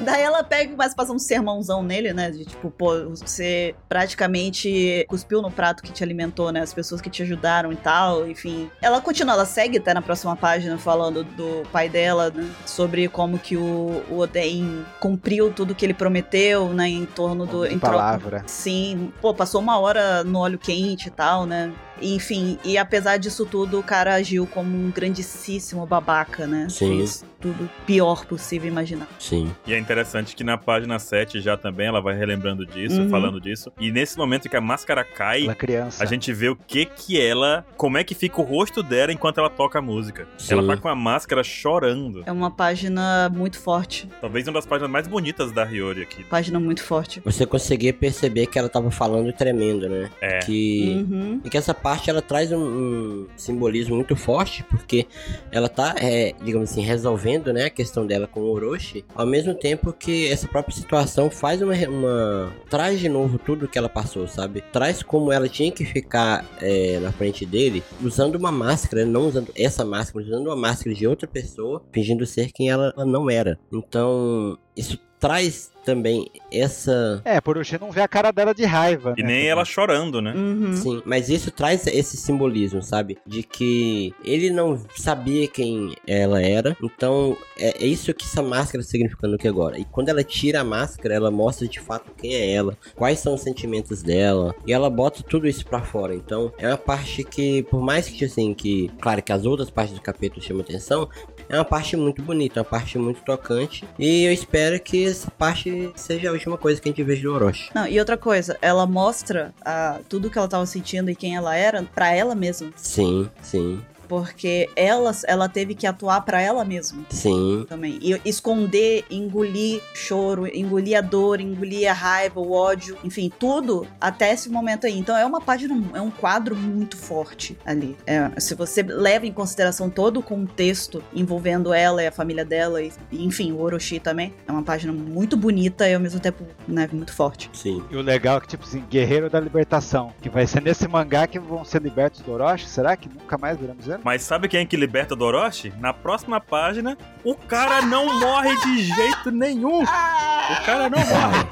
Speaker 3: Daí ela pega e começa a passar um sermãozão nele, né? De tipo, pô, você praticamente cuspiu no prato que te alimentou, né? As pessoas que te ajudaram e tal, enfim. Ela continua, ela segue até na próxima página falando do pai dela, né? Sobre como que o, o Oden cumpriu tudo que ele prometeu, né? Em torno do.
Speaker 1: Homem de
Speaker 3: em troca-
Speaker 1: palavra.
Speaker 3: Sim, pô, passou uma hora no óleo quente e tal, né? Enfim, e apesar disso tudo, o cara agiu como um grandíssimo babaca, né?
Speaker 2: Sim.
Speaker 3: Fez tudo pior possível imaginar.
Speaker 2: (laughs) Sim.
Speaker 4: e é interessante que na página 7 já também ela vai relembrando disso,
Speaker 3: Uhum.
Speaker 4: falando disso. E nesse momento que a máscara cai,
Speaker 1: Ela é criança.
Speaker 4: a gente vê o que que ela. Como é que fica o rosto dela enquanto ela toca a música.
Speaker 2: Sim.
Speaker 4: Ela tá com a máscara chorando.
Speaker 3: É uma página muito forte.
Speaker 4: Talvez uma das páginas mais bonitas da Hiyori aqui.
Speaker 3: Página muito forte.
Speaker 2: Você conseguia perceber que ela tava falando tremendo, né?
Speaker 4: É.
Speaker 2: Que.
Speaker 3: Uhum.
Speaker 2: E que essa parte ela traz um, um simbolismo muito forte, porque ela tá, é, digamos assim, resolvendo né, a questão dela com o Orochi, ao mesmo tempo que essa própria situação faz uma, re- uma- traz de novo tudo que ela passou, sabe? Traz como ela tinha que ficar é, na frente dele, usando uma máscara, não usando essa máscara, mas usando uma máscara de outra pessoa, fingindo ser quem ela, ela não era. Então, isso traz também essa.
Speaker 1: É, Porushi não vê a cara dela de raiva.
Speaker 4: E
Speaker 1: né?
Speaker 4: nem ela chorando, né?
Speaker 3: Uhum.
Speaker 2: Sim, mas isso traz esse simbolismo, sabe? De que ele não sabia quem ela era, então é é isso que essa máscara tá significando aqui agora. E quando ela tira a máscara, ela mostra de fato quem é ela, quais são os sentimentos dela, e ela bota tudo isso pra fora. Então é uma parte que, por mais que assim, que claro que as outras partes do capítulo chamam atenção, é uma parte muito bonita, é uma parte muito tocante, e eu espero que essa parte seja a última coisa que a gente veja do Orochi.
Speaker 3: Não, e outra coisa, ela mostra ah, tudo que ela tava sentindo e quem ela era pra ela mesma.
Speaker 2: Sim, sim,
Speaker 3: Porque ela, ela teve que atuar pra ela mesma.
Speaker 2: sim.
Speaker 3: também. E esconder, engolir choro, engolir a dor, engolir a raiva, o ódio, enfim, tudo até esse momento aí. Então é uma página, é um quadro muito forte ali. É, se você leva em consideração todo o contexto envolvendo ela e a família dela, e, enfim, o Orochi também, é uma página muito bonita e ao mesmo tempo né, muito forte.
Speaker 2: Sim.
Speaker 1: E o legal é que, tipo assim, Guerreiro da Libertação. Que vai ser nesse mangá que vão ser libertos do Orochi. Será que nunca mais viramos ele?
Speaker 4: Mas sabe quem é que liberta do Orochi? Na próxima página, o cara não morre de jeito nenhum. O cara não morre.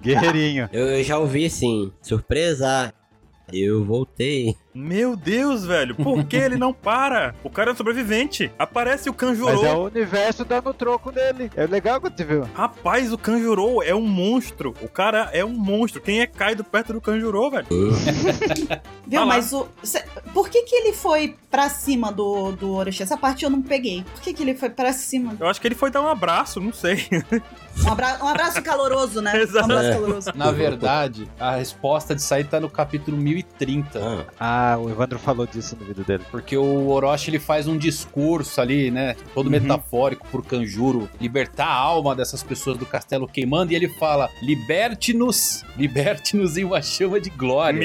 Speaker 1: Guerreirinho.
Speaker 4: (laughs)
Speaker 2: Eu, eu já ouvi assim, surpresa, eu voltei.
Speaker 4: Meu Deus, velho, por que ele não para? O cara é um sobrevivente. Aparece o
Speaker 1: Mas
Speaker 4: Kanjuro.
Speaker 1: é o universo dando troco nele. É legal que tu viu.
Speaker 4: Rapaz, o Kanjuro é um monstro. O cara é um monstro. Quem é Kaido perto do Kanjuro, velho?
Speaker 3: Viu?
Speaker 4: Ah lá.
Speaker 3: Mas o. cê- por que que ele foi pra cima do, do Orochi? Essa parte eu não peguei. Por que que ele foi pra cima?
Speaker 4: Eu acho que ele foi dar um abraço, não sei.
Speaker 3: Um, abra- um abraço
Speaker 4: (laughs)
Speaker 3: caloroso, né?
Speaker 4: Exato.
Speaker 3: Um abraço
Speaker 2: É.
Speaker 3: caloroso.
Speaker 5: (laughs) Na verdade, a resposta disso aí tá no capítulo 1030.
Speaker 4: Tá.
Speaker 2: Ah,
Speaker 1: Ah, o Evandro falou disso no vídeo dele.
Speaker 5: Porque o Orochi ele faz um discurso ali, né? Todo
Speaker 4: Uhum.
Speaker 5: metafórico por Kanjuro, libertar a alma dessas pessoas do castelo queimando. E ele fala: liberte-nos, liberte-nos em uma chama de glória. E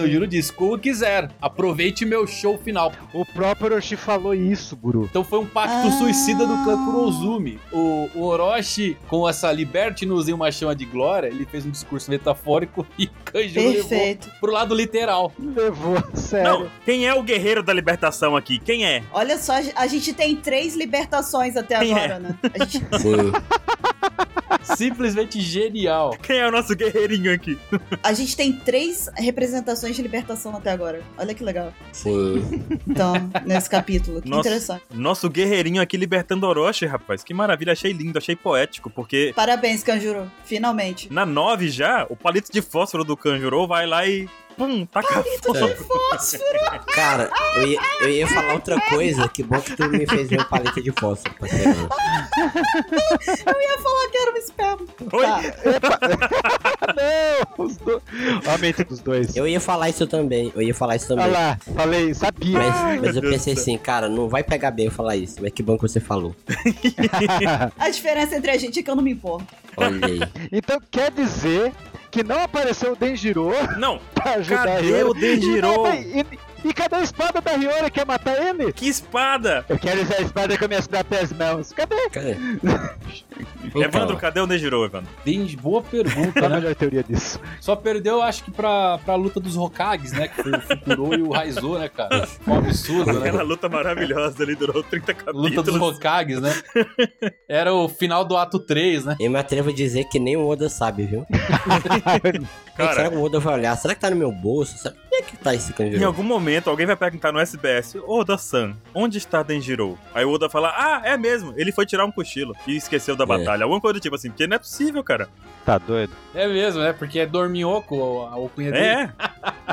Speaker 4: Me...
Speaker 5: Kanjuro diz: como quiser, aproveite meu show final.
Speaker 1: O próprio Orochi falou isso, Guru.
Speaker 5: Então foi um pacto
Speaker 3: Ah.
Speaker 5: suicida do clã Kurozumi. O, o Orochi, com essa liberte-nos em uma chama de glória, ele fez um discurso metafórico (laughs) e o Kanjuro levou
Speaker 3: Perfeito.
Speaker 5: pro lado literal.
Speaker 1: Levou a sério.
Speaker 4: Não, quem é o guerreiro da libertação aqui? Quem é?
Speaker 3: Olha só, a gente tem três libertações até
Speaker 4: Quem
Speaker 3: agora,
Speaker 4: é?
Speaker 3: né? A gente-
Speaker 2: Ah, sim.
Speaker 5: Simplesmente genial.
Speaker 4: Quem é o nosso guerreirinho aqui?
Speaker 3: a gente tem três representações de libertação até agora. Olha que legal.
Speaker 2: Sim.
Speaker 3: Então,
Speaker 4: (laughs)
Speaker 3: nesse capítulo. Que
Speaker 4: Nossa.
Speaker 3: interessante.
Speaker 4: Nosso guerreirinho aqui libertando Orochi, rapaz. Que maravilha, achei lindo, achei poético, porque
Speaker 3: Parabéns, Kanjuro. Finalmente.
Speaker 4: na 9 já, o palito de fósforo do Kanjuro vai lá e. Pum, taca
Speaker 5: É.
Speaker 2: Cara, eu ia, eu ia falar outra coisa. Que bom que tu me fez ver o palito de fósforo, tá parceiro.
Speaker 3: Eu quero um esperma.
Speaker 4: Oi?
Speaker 3: Tá.
Speaker 1: (laughs) Não, os do... A mente dos dois.
Speaker 2: Eu ia falar isso também. Eu ia falar isso
Speaker 1: Olha
Speaker 2: também.
Speaker 1: lá, falei, sabia.
Speaker 2: Mas, mas
Speaker 4: meu
Speaker 2: eu
Speaker 4: Deus
Speaker 2: pensei
Speaker 4: do
Speaker 2: assim, cara, não vai pegar bem eu falar isso. Mas que bom que você falou.
Speaker 3: A diferença entre a gente é que eu não me importo.
Speaker 2: Olha aí.
Speaker 1: então quer dizer que não apareceu o Denjiro (laughs)
Speaker 4: Não,
Speaker 1: pra ajudar
Speaker 4: cadê
Speaker 1: ele.
Speaker 4: o Denjiro?
Speaker 1: E, nada- e- e cadê a espada da Riora que quer matar ele?
Speaker 4: Que espada!
Speaker 1: Eu quero usar a espada que eu me assinar até as mãos. Cadê?
Speaker 2: Cara.
Speaker 4: Evandro, cadê o Denjiro, Evandro?
Speaker 5: Bem- Boa pergunta,
Speaker 1: Qual a
Speaker 4: (laughs)
Speaker 5: né?
Speaker 1: melhor teoria disso?
Speaker 5: Só perdeu, acho que, pra, pra luta dos Hokages, né? Que foi o Fukuro e o Raizo, né, cara? Foi um absurdo,
Speaker 4: Aquela
Speaker 5: né?
Speaker 4: luta maravilhosa ali durou 30
Speaker 5: Luta dos
Speaker 4: capítulos.
Speaker 5: Hokages, né? Era o final do ato 3, né?
Speaker 2: eu me atrevo a dizer que nem o Oda sabe, viu? será
Speaker 4: Cara,
Speaker 2: que o Oda vai olhar? Será que tá no meu bolso? Será... Onde é que tá esse
Speaker 4: em
Speaker 2: canjuro?
Speaker 4: algum momento alguém vai perguntar no SBS: Oda-san, onde está Denjiro? Aí o Oda fala: Ah, é mesmo, ele foi tirar um cochilo e esqueceu da
Speaker 2: É.
Speaker 4: batalha. Alguma coisa do tipo assim, porque não é possível, cara.
Speaker 1: Tá doido?
Speaker 5: É mesmo, né? Porque é Dorminhoco a alcunha dele.
Speaker 4: É,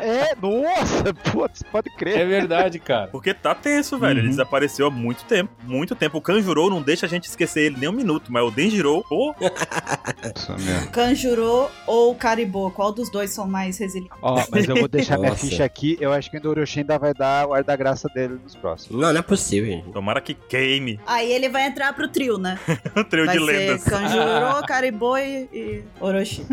Speaker 1: É, nossa, (laughs) putz, pode
Speaker 5: É
Speaker 1: crer.
Speaker 5: verdade, cara.
Speaker 4: Porque tá tenso, velho. Ele
Speaker 5: Uhum.
Speaker 4: desapareceu há muito tempo. Muito tempo. O Kanjuro não deixa a gente esquecer ele nem um minuto, mas o Denjiro, pô,
Speaker 1: É
Speaker 3: Kanjuro ou Caribou? Qual dos dois são mais resilientes?
Speaker 1: Ó, mas eu vou deixar minha
Speaker 2: Nossa.
Speaker 1: ficha aqui. Eu acho que o Orochi ainda vai dar o ar da graça dele nos próximos.
Speaker 2: Não, não é possível, gente.
Speaker 4: tomara que queime (laughs)
Speaker 3: Aí ele vai entrar pro trio, né?
Speaker 4: o trio
Speaker 3: vai
Speaker 4: de lendas. (laughs)
Speaker 3: ser Kanjuro, Caribou e, e Orochi.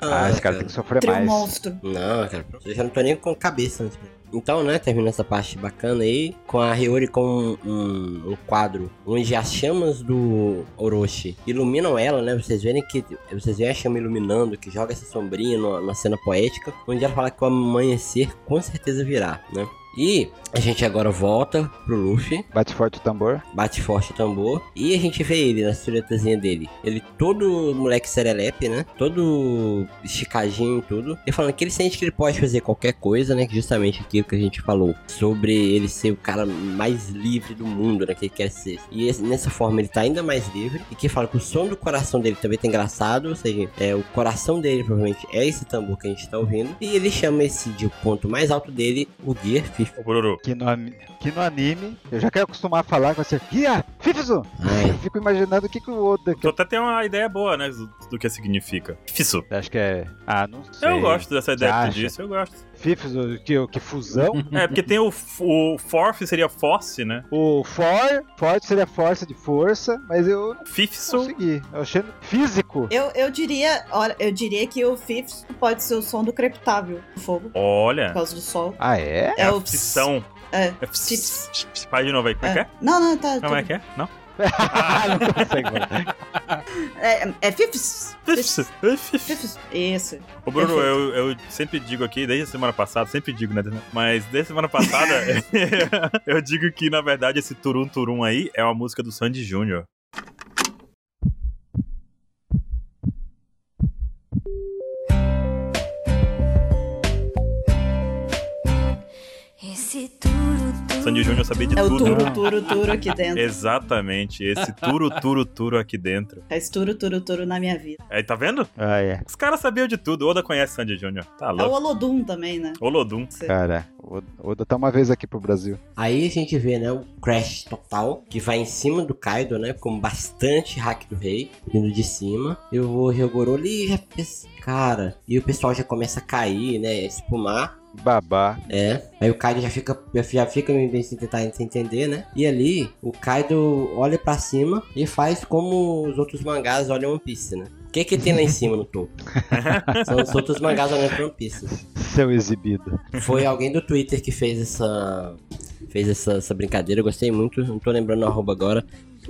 Speaker 1: Ah, esse cara tem que sofrer
Speaker 3: Trio
Speaker 1: mais.
Speaker 3: monstro.
Speaker 2: Não, cara, eu já não tô nem com cabeça. antes. Então, né, termina essa parte bacana aí, com a Hiyori com um, um- um quadro onde as chamas do Orochi iluminam ela, né? Vocês verem que vocês veem a chama iluminando, que joga essa sombrinha numa, numa cena poética, onde ela fala que o amanhecer com certeza virá, né? E a gente agora volta pro Luffy,
Speaker 1: Bate forte o tambor.
Speaker 2: bate forte o tambor, e a gente vê ele na silhuetazinha dele. Ele todo moleque serelepe, né? Todo esticadinho e tudo. E falando que ele sente que ele pode fazer qualquer coisa, né? Que Justamente aquilo que a gente falou sobre ele ser o cara mais livre do mundo, né? Que ele quer ser. E esse- nessa forma ele tá ainda mais livre. E que fala que o som do coração dele também tá engraçado, ou seja, é, o coração dele provavelmente é esse tambor que a gente tá ouvindo. E ele chama esse de o ponto mais alto dele, o Gear Fifth.
Speaker 4: Ô, Bururu.
Speaker 1: Que no, ami- que no anime, eu já quero acostumar a falar com você. Guia, Fifizu!
Speaker 2: Ai,
Speaker 1: Eu fico imaginando o que, que o Oda.
Speaker 4: Tu até tem uma ideia boa, né, do, do que significa. Fisso.
Speaker 1: Acho que é. Ah, não sei.
Speaker 4: Eu gosto dessa ideia que
Speaker 1: acha?
Speaker 4: tu disse, eu gosto.
Speaker 1: Fifizu, que, que fusão.
Speaker 4: É, porque tem o, f- o Forth, seria Force, né?
Speaker 1: o For, forte seria força de força, mas eu não
Speaker 4: Fifso.
Speaker 1: consegui. Eu achei físico.
Speaker 3: Eu, eu diria, olha, eu diria que o Fifth pode ser o som do creptável do fogo,
Speaker 4: Olha,
Speaker 3: por causa do sol.
Speaker 1: Ah, (laughs) é?
Speaker 3: É, o
Speaker 4: fissão.
Speaker 3: É.
Speaker 4: É fiss- fiss- fiss- Faz de novo aí, como é que é?
Speaker 3: Não, não, tá.
Speaker 4: Como é
Speaker 3: tudo-
Speaker 4: que é? Não?
Speaker 1: Ah, não consigo. mano.
Speaker 3: É, é Fifth.
Speaker 4: Fisso. Fisso.
Speaker 3: Fifth. Isso.
Speaker 4: Ô, Bruno,
Speaker 3: Perfeito.
Speaker 4: eu, eu sempre digo aqui, desde a semana passada, sempre digo, né? Mas desde a semana passada, (laughs) eu digo que, na verdade, esse Turum Turum aí é uma música do Sandy Júnior. Sandy Júnior sabia de
Speaker 3: É o
Speaker 4: tudo. né?
Speaker 3: turo, turo, turo
Speaker 4: (laughs)
Speaker 3: aqui dentro.
Speaker 4: Exatamente, esse turo, turo, turo aqui dentro.
Speaker 3: Faz turo, turo, turo na minha vida.
Speaker 4: Aí, tá vendo?
Speaker 1: Ah, é.
Speaker 4: Os caras sabiam de tudo. Oda conhece Sandy Júnior. Tá
Speaker 3: É o
Speaker 4: louco. É.
Speaker 3: Olodum também, né?
Speaker 4: Olodum.
Speaker 3: Você-
Speaker 1: Cara, o Oda tá uma vez aqui pro Brasil.
Speaker 2: Aí a gente vê, né, o crash total, que vai em cima do Kaido, né, com bastante hack do rei, vindo de cima. Eu vou Ryogoro ali e já fez- cara, e o pessoal já começa a cair, né, espumar.
Speaker 1: Babá.
Speaker 2: É. Aí o Kaido já fica, já fica meio bem sem tentar sem entender, né? E ali, o Kaido olha pra cima e faz como os outros mangás olham One Piece, né? O que que tem lá em cima no topo? São os outros mangás olhando pra One Piece.
Speaker 1: Seu exibido.
Speaker 2: Foi alguém do Twitter que fez essa. Fez essa, essa brincadeira, eu gostei muito, não tô lembrando o arroba agora,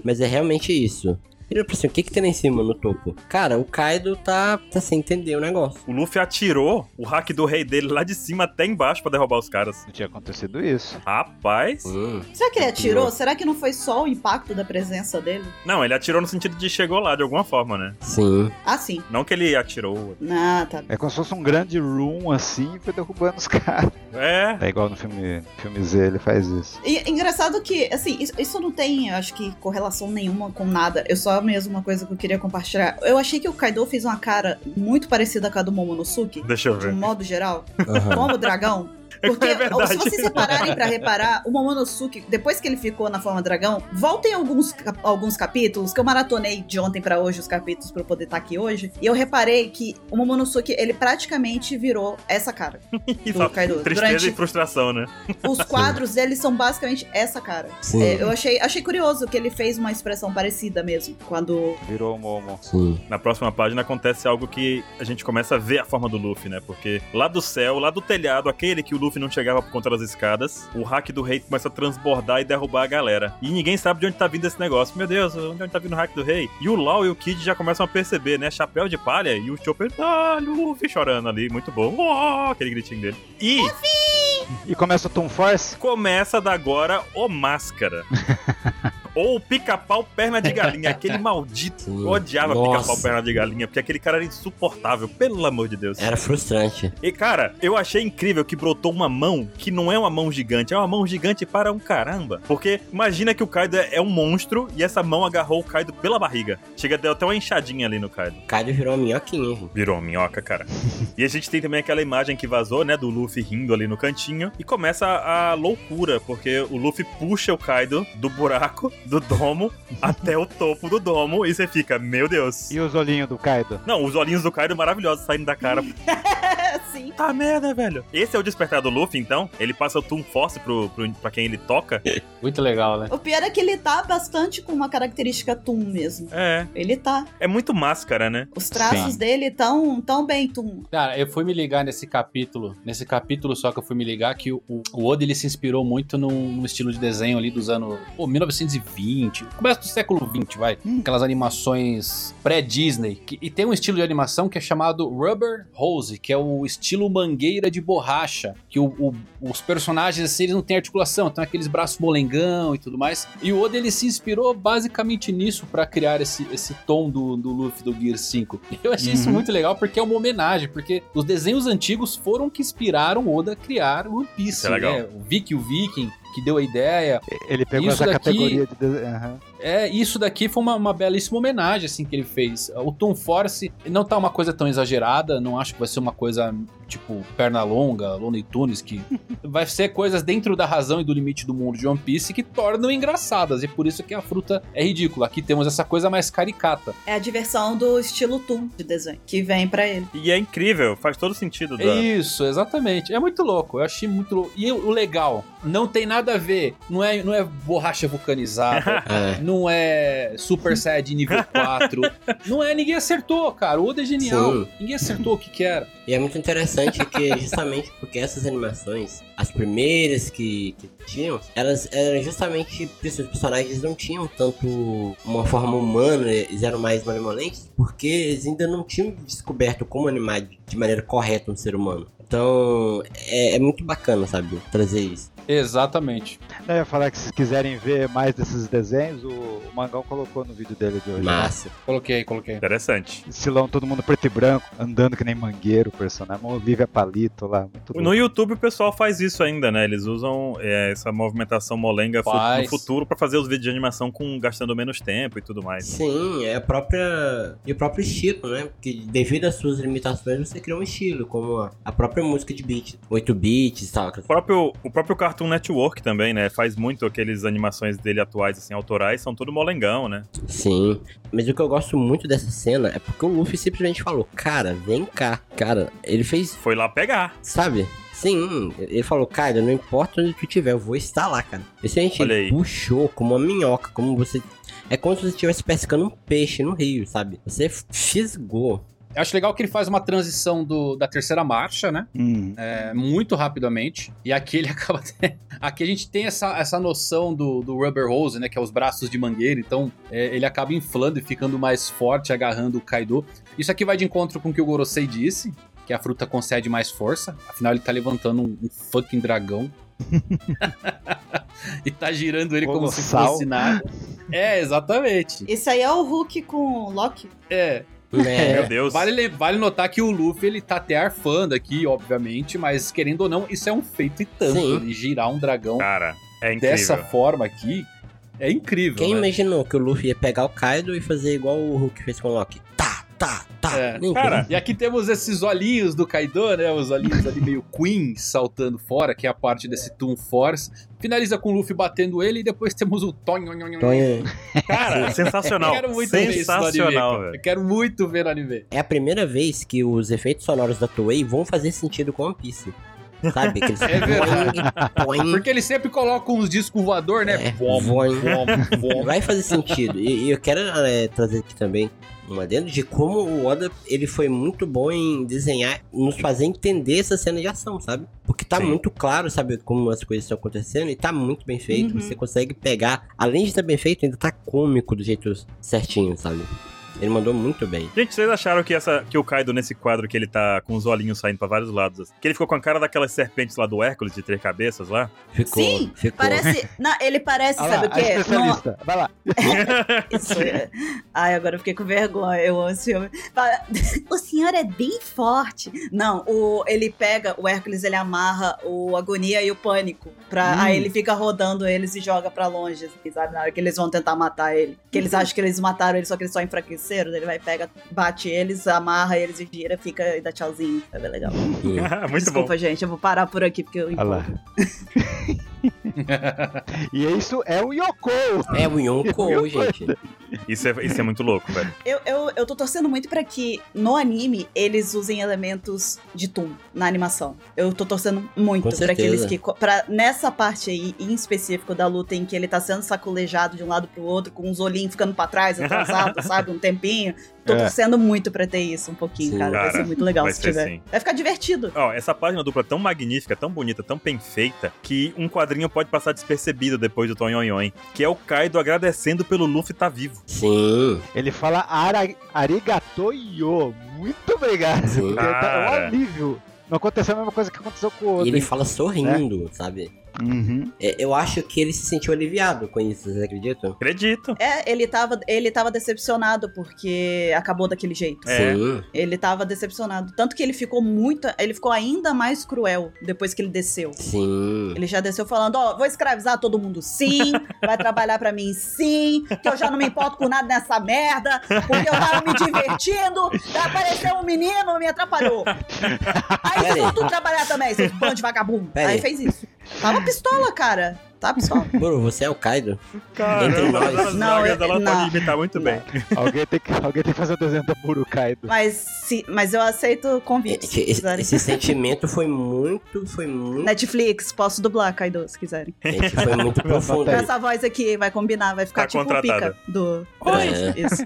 Speaker 2: mas é realmente isso. Ele falou assim, o que que tem lá em cima no topo? Cara, o Kaido tá, tá sem entender o negócio.
Speaker 4: O Luffy atirou o hack do rei dele lá de cima até embaixo pra derrubar os caras.
Speaker 1: Não tinha acontecido isso.
Speaker 4: Rapaz.
Speaker 2: Hum,
Speaker 3: Será que
Speaker 4: É
Speaker 3: ele atirou? Será que não foi só o impacto da presença dele?
Speaker 4: Não, ele atirou no sentido de chegou lá de alguma forma, né?
Speaker 2: sim.
Speaker 3: Ah, sim.
Speaker 4: Não que ele atirou.
Speaker 3: Ah, tá.
Speaker 1: É como se fosse um grande room assim e foi derrubando os caras.
Speaker 4: É.
Speaker 1: É igual no filme, filme Z, ele faz isso.
Speaker 3: E é engraçado que, assim, isso, isso não tem, eu acho que, correlação nenhuma com nada. Eu só mesmo uma coisa que eu queria compartilhar. Eu achei que o Kaido fez uma cara muito parecida com a do Momonosuke,
Speaker 4: Deixa eu (laughs)
Speaker 3: de
Speaker 4: ver.
Speaker 3: um modo geral,
Speaker 2: Aham.
Speaker 3: como o dragão. Porque
Speaker 4: (laughs) É verdade.
Speaker 3: se vocês separarem pra reparar, o Momonosuke, depois que ele ficou na forma dragão, voltem alguns, cap- alguns capítulos, que eu maratonei de ontem pra hoje os capítulos pra eu poder estar aqui hoje, e eu reparei que o Momonosuke, ele praticamente virou essa cara do Kaido.
Speaker 4: Tristeza e
Speaker 3: Durante
Speaker 4: frustração, né?
Speaker 3: os quadros dele são basicamente essa cara.
Speaker 2: Sim.
Speaker 3: É, eu achei, achei curioso que ele fez uma expressão parecida mesmo, quando... (laughs)
Speaker 1: Virou o Momo.
Speaker 2: Sim.
Speaker 4: Na próxima página acontece algo que a gente começa a ver a forma do Luffy, né? Porque lá do céu, lá do telhado, aquele que o Luffy não chegava por conta das escadas, o hack do rei começa a transbordar e derrubar a galera. E ninguém sabe de onde tá vindo esse negócio. Meu Deus, onde tá vindo o hack do rei? E o Law e o Kid já começam a perceber, né? Chapéu de palha e o Chopper, ah, Luffy chorando ali, muito bom. Oh, aquele gritinho dele. E
Speaker 1: E começa o Toon Force.
Speaker 4: começa da agora
Speaker 2: (laughs)
Speaker 4: o Máscara. Ou o pica-pau perna de galinha, aquele maldito.
Speaker 2: sim.
Speaker 4: Eu odiava
Speaker 2: Nossa,
Speaker 4: pica-pau perna de galinha, porque aquele cara era insuportável, pelo amor de Deus.
Speaker 2: Era frustrante.
Speaker 4: E cara, eu achei incrível que brotou uma mão que não é uma mão gigante, é uma mão gigante para um caramba. Porque imagina que o Kaido é é um monstro e essa mão agarrou o Kaido pela barriga. Chega, deu até uma enxadinha ali no Kaido.
Speaker 2: O Kaido virou uma minhoquinha, gente.
Speaker 4: Virou uma minhoca, cara. e a gente tem também aquela imagem que vazou, né? Do Luffy rindo ali no cantinho. E começa a, a loucura, porque o Luffy puxa o Kaido do buraco, do domo, até o topo do domo. E você fica, meu Deus.
Speaker 1: E os olhinhos do Kaido.
Speaker 4: Não, os olhinhos do Kaido maravilhosos saindo da cara.
Speaker 3: É, sim.
Speaker 4: Tá merda, velho. Esse é o despertar do Luffy, então. Ele passa o Toon Force pro, pro, pra quem ele toca.
Speaker 5: Muito legal, né?
Speaker 3: O pior é que ele tá bastante com uma característica Toon mesmo.
Speaker 4: É.
Speaker 3: Ele tá.
Speaker 4: É muito máscara, né?
Speaker 3: Os traços dele tão, tão bem Toon.
Speaker 5: Cara, eu fui me ligar nesse capítulo, nesse capítulo só que eu fui me ligar que o, o- o Oda ele se inspirou muito num, num estilo de desenho ali dos anos pô, 1920, começo do século 20, vai. Aquelas animações pré-Disney. que- E tem um estilo de animação que é chamado Rubber Hose, que é o estilo mangueira de borracha. Que o- o- os personagens, assim, eles não têm articulação, então aqueles braços molengão e tudo mais. E o Oda ele se inspirou basicamente nisso pra criar esse, esse tom do, do Luffy do Gear 5. (laughs) Eu achei isso
Speaker 4: Uhum.
Speaker 5: muito legal porque é uma homenagem, porque os desenhos antigos foram que inspiraram o Oda a criar o One Piece.
Speaker 4: Isso é legal.
Speaker 5: né? O Vicky o Viking, que deu a ideia.
Speaker 1: Ele pegou
Speaker 5: Isso
Speaker 1: essa
Speaker 5: daqui-
Speaker 1: categoria de. dese- Aham.
Speaker 5: É, isso daqui foi uma, uma belíssima homenagem, assim, que ele fez. O Tom Force não tá uma coisa tão exagerada, não acho que vai ser uma coisa, tipo, perna longa, Looney Tunes, que vai ser coisas dentro da razão e do limite do mundo de One Piece que tornam engraçadas, e por isso que a fruta é ridícula. Aqui temos essa coisa mais caricata.
Speaker 3: É a diversão do estilo Toon de desenho, que vem pra ele.
Speaker 4: E é incrível, faz todo sentido. Da...
Speaker 5: É isso, exatamente. É muito louco, eu achei muito louco. E o legal, não tem nada a ver, não é, não é borracha vulcanizada, (laughs)
Speaker 2: É.
Speaker 5: Não é Super Saiyajin (laughs) nível 4. não é, ninguém acertou, cara. O Oda é genial.
Speaker 2: Sim.
Speaker 5: Ninguém acertou o que que era.
Speaker 2: E é muito interessante que (laughs) justamente porque essas animações, as primeiras que, que tinham, elas eram justamente por isso, os personagens não tinham tanto uma forma humana, eles eram mais malemolentes, porque eles ainda não tinham descoberto como animar de de maneira correta um ser humano. Então é, é muito bacana, sabe, trazer isso.
Speaker 5: Exatamente.
Speaker 1: Eu ia falar que se quiserem ver mais desses desenhos, o, o Mangão colocou no vídeo dele de hoje.
Speaker 2: Massa.
Speaker 5: Coloquei, coloquei.
Speaker 4: Interessante.
Speaker 1: Silão, todo mundo preto e branco, andando que nem mangueiro, personagem. Uma Olivia Palito lá, muito
Speaker 4: No
Speaker 5: Uhum.
Speaker 1: louco.
Speaker 4: YouTube o pessoal faz isso ainda, né? Eles usam é, essa movimentação molenga fu- no
Speaker 5: Faz.
Speaker 4: futuro pra fazer os vídeos de animação com gastando menos tempo e tudo mais. né?
Speaker 2: Sim, é a própria. E o próprio estilo, né? Porque devido às suas limitações você cria um estilo, como a- a própria música de beat. 8 bits e tal.
Speaker 4: O próprio, o próprio Cartoon Network também, né? Faz muito aqueles animações dele atuais, assim, autorais, são tudo molengão, né?
Speaker 2: Sim. Mas o que eu gosto muito dessa cena é porque o Luffy simplesmente falou, cara, vem cá. Cara, ele fez
Speaker 4: Foi lá pegar.
Speaker 2: Sabe? Sim, ele falou, cara, não importa onde tu estiver, eu vou estar lá, cara. E se a gente
Speaker 4: Olha aí.
Speaker 2: puxou como uma minhoca, como você. É como se você estivesse pescando um peixe no rio, sabe? Você fisgou.
Speaker 5: Eu acho legal que ele faz uma transição do, da terceira marcha, né?
Speaker 1: Hum.
Speaker 5: É, muito rapidamente. E aqui ele (laughs) acaba. aqui a gente tem essa, essa noção do, do rubber hose, né? Que é os braços de mangueira. Então é, ele acaba inflando e ficando mais forte, agarrando o Kaido. Isso aqui vai de encontro com o que o Gorosei disse. Que a fruta concede mais força. Afinal, ele tá levantando um, um fucking dragão. (laughs) e tá girando ele como se
Speaker 1: Colossal.
Speaker 5: fosse nada. É, exatamente.
Speaker 3: Esse aí é o Hulk com o Loki.
Speaker 5: É.
Speaker 4: Meu
Speaker 2: Né?
Speaker 4: Deus.
Speaker 5: Vale, le- vale notar que o Luffy ele tá até arfando aqui, obviamente, mas querendo ou não, isso é um feito e tanto.
Speaker 2: Sim.
Speaker 5: Ele girar um dragão
Speaker 4: Cara, é incrível.
Speaker 5: dessa (laughs) forma aqui é incrível.
Speaker 2: Quem
Speaker 5: né?
Speaker 2: imaginou que o Luffy ia pegar o Kaido e fazer igual o Hulk fez com o Loki? Tá, tá, tá.
Speaker 5: É.
Speaker 2: Nem
Speaker 4: Cara,
Speaker 5: E aqui temos esses olhinhos do Kaido, né? Os olhinhos ali meio Queen saltando fora, que é a parte desse Toon Force. Finaliza com o Luffy batendo ele e depois temos o Tonho.
Speaker 2: Tonho.
Speaker 4: Cara, sensacional.
Speaker 5: Eu quero muito ver isso no anime,
Speaker 4: sensacional,
Speaker 5: cara.
Speaker 4: velho.
Speaker 5: Eu quero muito ver no anime.
Speaker 2: É a primeira vez que os efeitos sonoros da Toei vão fazer sentido com One Piece. Sabe?
Speaker 3: (laughs)
Speaker 2: Aqueles
Speaker 5: É verdade.
Speaker 2: poing, poing,
Speaker 5: Porque eles sempre colocam uns discos voador, né?
Speaker 2: É,
Speaker 5: Vom,
Speaker 2: voem.
Speaker 5: vom,
Speaker 2: (laughs)
Speaker 5: vom.
Speaker 2: Vai fazer sentido. E, e eu quero é, trazer aqui também uma dentro de como o Oda ele foi muito bom em desenhar, nos fazer entender essa cena de ação, sabe? Porque tá
Speaker 4: Sim.
Speaker 2: muito claro, sabe, como as coisas estão acontecendo e tá muito bem feito.
Speaker 3: Uhum.
Speaker 2: Você consegue pegar, além de estar bem feito, ainda tá cômico do jeito certinho, sabe? Ele mandou muito bem.
Speaker 4: Gente, vocês acharam que, essa, que o Kaido, nesse quadro que ele tá com os olhinhos saindo pra vários lados, assim, que ele ficou com a cara daquelas serpentes lá do Hércules de três cabeças lá?
Speaker 2: Ficou,
Speaker 3: Sim,
Speaker 2: ficou. (laughs)
Speaker 3: Parece. não, ele parece,
Speaker 1: Olha
Speaker 3: sabe
Speaker 1: lá,
Speaker 3: o
Speaker 1: a
Speaker 3: quê? Não,
Speaker 1: especialista. Vai lá.
Speaker 3: Isso é- Ai, agora eu fiquei com vergonha. Eu amo esse filme. Fala, (laughs) O senhor é bem forte. Não, o, ele pega, o Hércules ele amarra o Agonia e o Pânico. Pra,
Speaker 1: Hum.
Speaker 3: Aí ele fica rodando eles e joga pra longe, assim, sabe? Na hora que eles vão tentar matar ele. Que eles
Speaker 1: Uhum.
Speaker 3: acham que eles mataram ele, só que eles só enfraqueceram. Ele vai, pega, bate eles, amarra eles e gira, fica e dá tchauzinho. Sabe? É legal.
Speaker 2: Hum.
Speaker 4: (laughs) muito
Speaker 3: Desculpa, gente. Eu vou parar por aqui porque eu
Speaker 1: Olha lá. e isso é o Yoko.
Speaker 2: É o Yonko, gente.
Speaker 4: bom. Isso é, isso é muito louco, velho.
Speaker 3: Eu, eu, eu tô torcendo muito pra que no anime eles usem elementos de Toon na animação. Eu tô torcendo muito
Speaker 2: Com
Speaker 3: pra
Speaker 2: certeza.
Speaker 3: que eles que. Pra, nessa parte aí, em específico, da luta em que ele tá sendo sacolejado de um lado pro outro, com os olhinhos ficando pra
Speaker 2: (laughs)
Speaker 3: trás, atrasado, sabe? Um tempinho. Tô
Speaker 1: É.
Speaker 3: torcendo muito pra ter isso um pouquinho,
Speaker 2: Sim.
Speaker 3: cara. Vai
Speaker 4: Cara,
Speaker 3: ser muito legal
Speaker 4: vai
Speaker 3: se
Speaker 4: ser
Speaker 3: tiver.
Speaker 4: sim.
Speaker 3: Vai ficar divertido.
Speaker 4: Ó, essa página dupla é tão magnífica, tão bonita, tão bem feita, que um quadrinho pode passar despercebido depois do Tonhonhon, que é o Kaido agradecendo pelo Luffy tá vivo.
Speaker 2: Sim.
Speaker 1: Ele fala ara, arigato yo. Muito obrigado.
Speaker 2: Sim.
Speaker 1: Ele tá- É um
Speaker 4: Cara.
Speaker 1: alívio. Não aconteceu a mesma coisa que aconteceu com o
Speaker 2: E
Speaker 1: outro.
Speaker 2: ele fala sorrindo, sabe?
Speaker 1: Uhum.
Speaker 2: É, Eu acho que ele se sentiu aliviado com isso, vocês acreditam?
Speaker 4: Acredito.
Speaker 3: É, ele tava, ele tava decepcionado porque acabou daquele jeito.
Speaker 4: É.
Speaker 2: Sim.
Speaker 3: Ele tava decepcionado. Tanto que ele ficou muito. Ele ficou ainda mais cruel depois que ele desceu.
Speaker 2: Sim.
Speaker 3: Ele já desceu falando: Ó, vou escravizar todo mundo sim, vai trabalhar pra mim sim, que eu já não me importo com nada nessa merda, porque eu tava me divertindo, apareceu um menino, me atrapalhou. Aí
Speaker 2: Pera
Speaker 3: vocês vão
Speaker 2: aí.
Speaker 3: tudo trabalhar também, seus bandos de vagabundo.
Speaker 2: Pera
Speaker 3: aí,
Speaker 2: aí.
Speaker 3: fez isso. Tava pistola, cara. Tava pistola.
Speaker 2: Bro, você é o Kaido? Entre
Speaker 4: Caramba,
Speaker 2: nós.
Speaker 4: Então, as
Speaker 3: Não,
Speaker 4: drogas,
Speaker 3: eu-
Speaker 4: ela
Speaker 3: não.
Speaker 4: pode imitar muito
Speaker 3: Não.
Speaker 4: bem.
Speaker 1: alguém, tem que, alguém tem que fazer o desenho da Burukaido.
Speaker 3: Mas, se, mas eu aceito convites.
Speaker 2: Esse,
Speaker 3: se
Speaker 2: esse-
Speaker 3: quiserem.
Speaker 2: É esse sentimento foi muito, foi
Speaker 3: (laughs)
Speaker 2: muito,
Speaker 3: Netflix, posso dublar, Kaido, se quiserem.
Speaker 2: gente, foi muito profundo.
Speaker 3: Com essa voz aqui, vai combinar, vai ficar
Speaker 4: Tá
Speaker 3: tipo o
Speaker 4: contratada.
Speaker 3: pica do.
Speaker 2: Oi.
Speaker 3: Isso.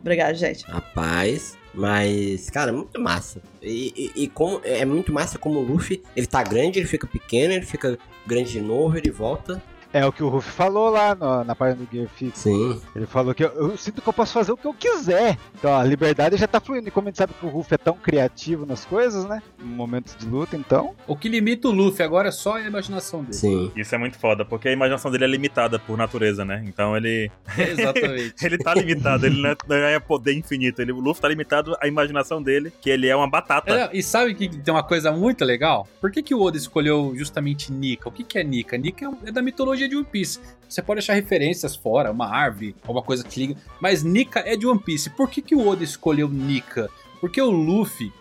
Speaker 3: Obrigada, gente.
Speaker 2: Rapaz, mas, cara, muito massa. E, e- e como, é muito massa como o Luffy, ele tá grande, ele fica pequeno, ele fica grande de novo, ele volta.
Speaker 1: É o que o Ruff falou lá no- na página do Gear Fix.
Speaker 2: Sim.
Speaker 1: Ele falou que eu, eu sinto que eu posso fazer o que eu quiser. Então a liberdade já tá fluindo. E como a gente sabe que o Ruff é tão criativo nas coisas, né? Em momentos de luta, então.
Speaker 5: O que limita o Luffy agora é só a imaginação
Speaker 2: (laughs)
Speaker 5: dele.
Speaker 2: Sim.
Speaker 4: Isso é muito foda, porque a imaginação dele é limitada por natureza, né? Então ele,
Speaker 5: Exatamente.
Speaker 4: ele tá limitado, ele não é, não é poder infinito. Ele, o Luffy tá limitado à imaginação dele, que ele é uma batata.
Speaker 5: É, e sabe que tem uma coisa muito legal? Por que, que o Oda escolheu justamente Nika? O que, que é Nika? Nika é, um- é da mitologia de One Piece. Você pode achar referências fora, uma árvore, alguma coisa que liga. Mas Nika é de One Piece. Por que, que o Oda escolheu Nika? Porque o Luffy,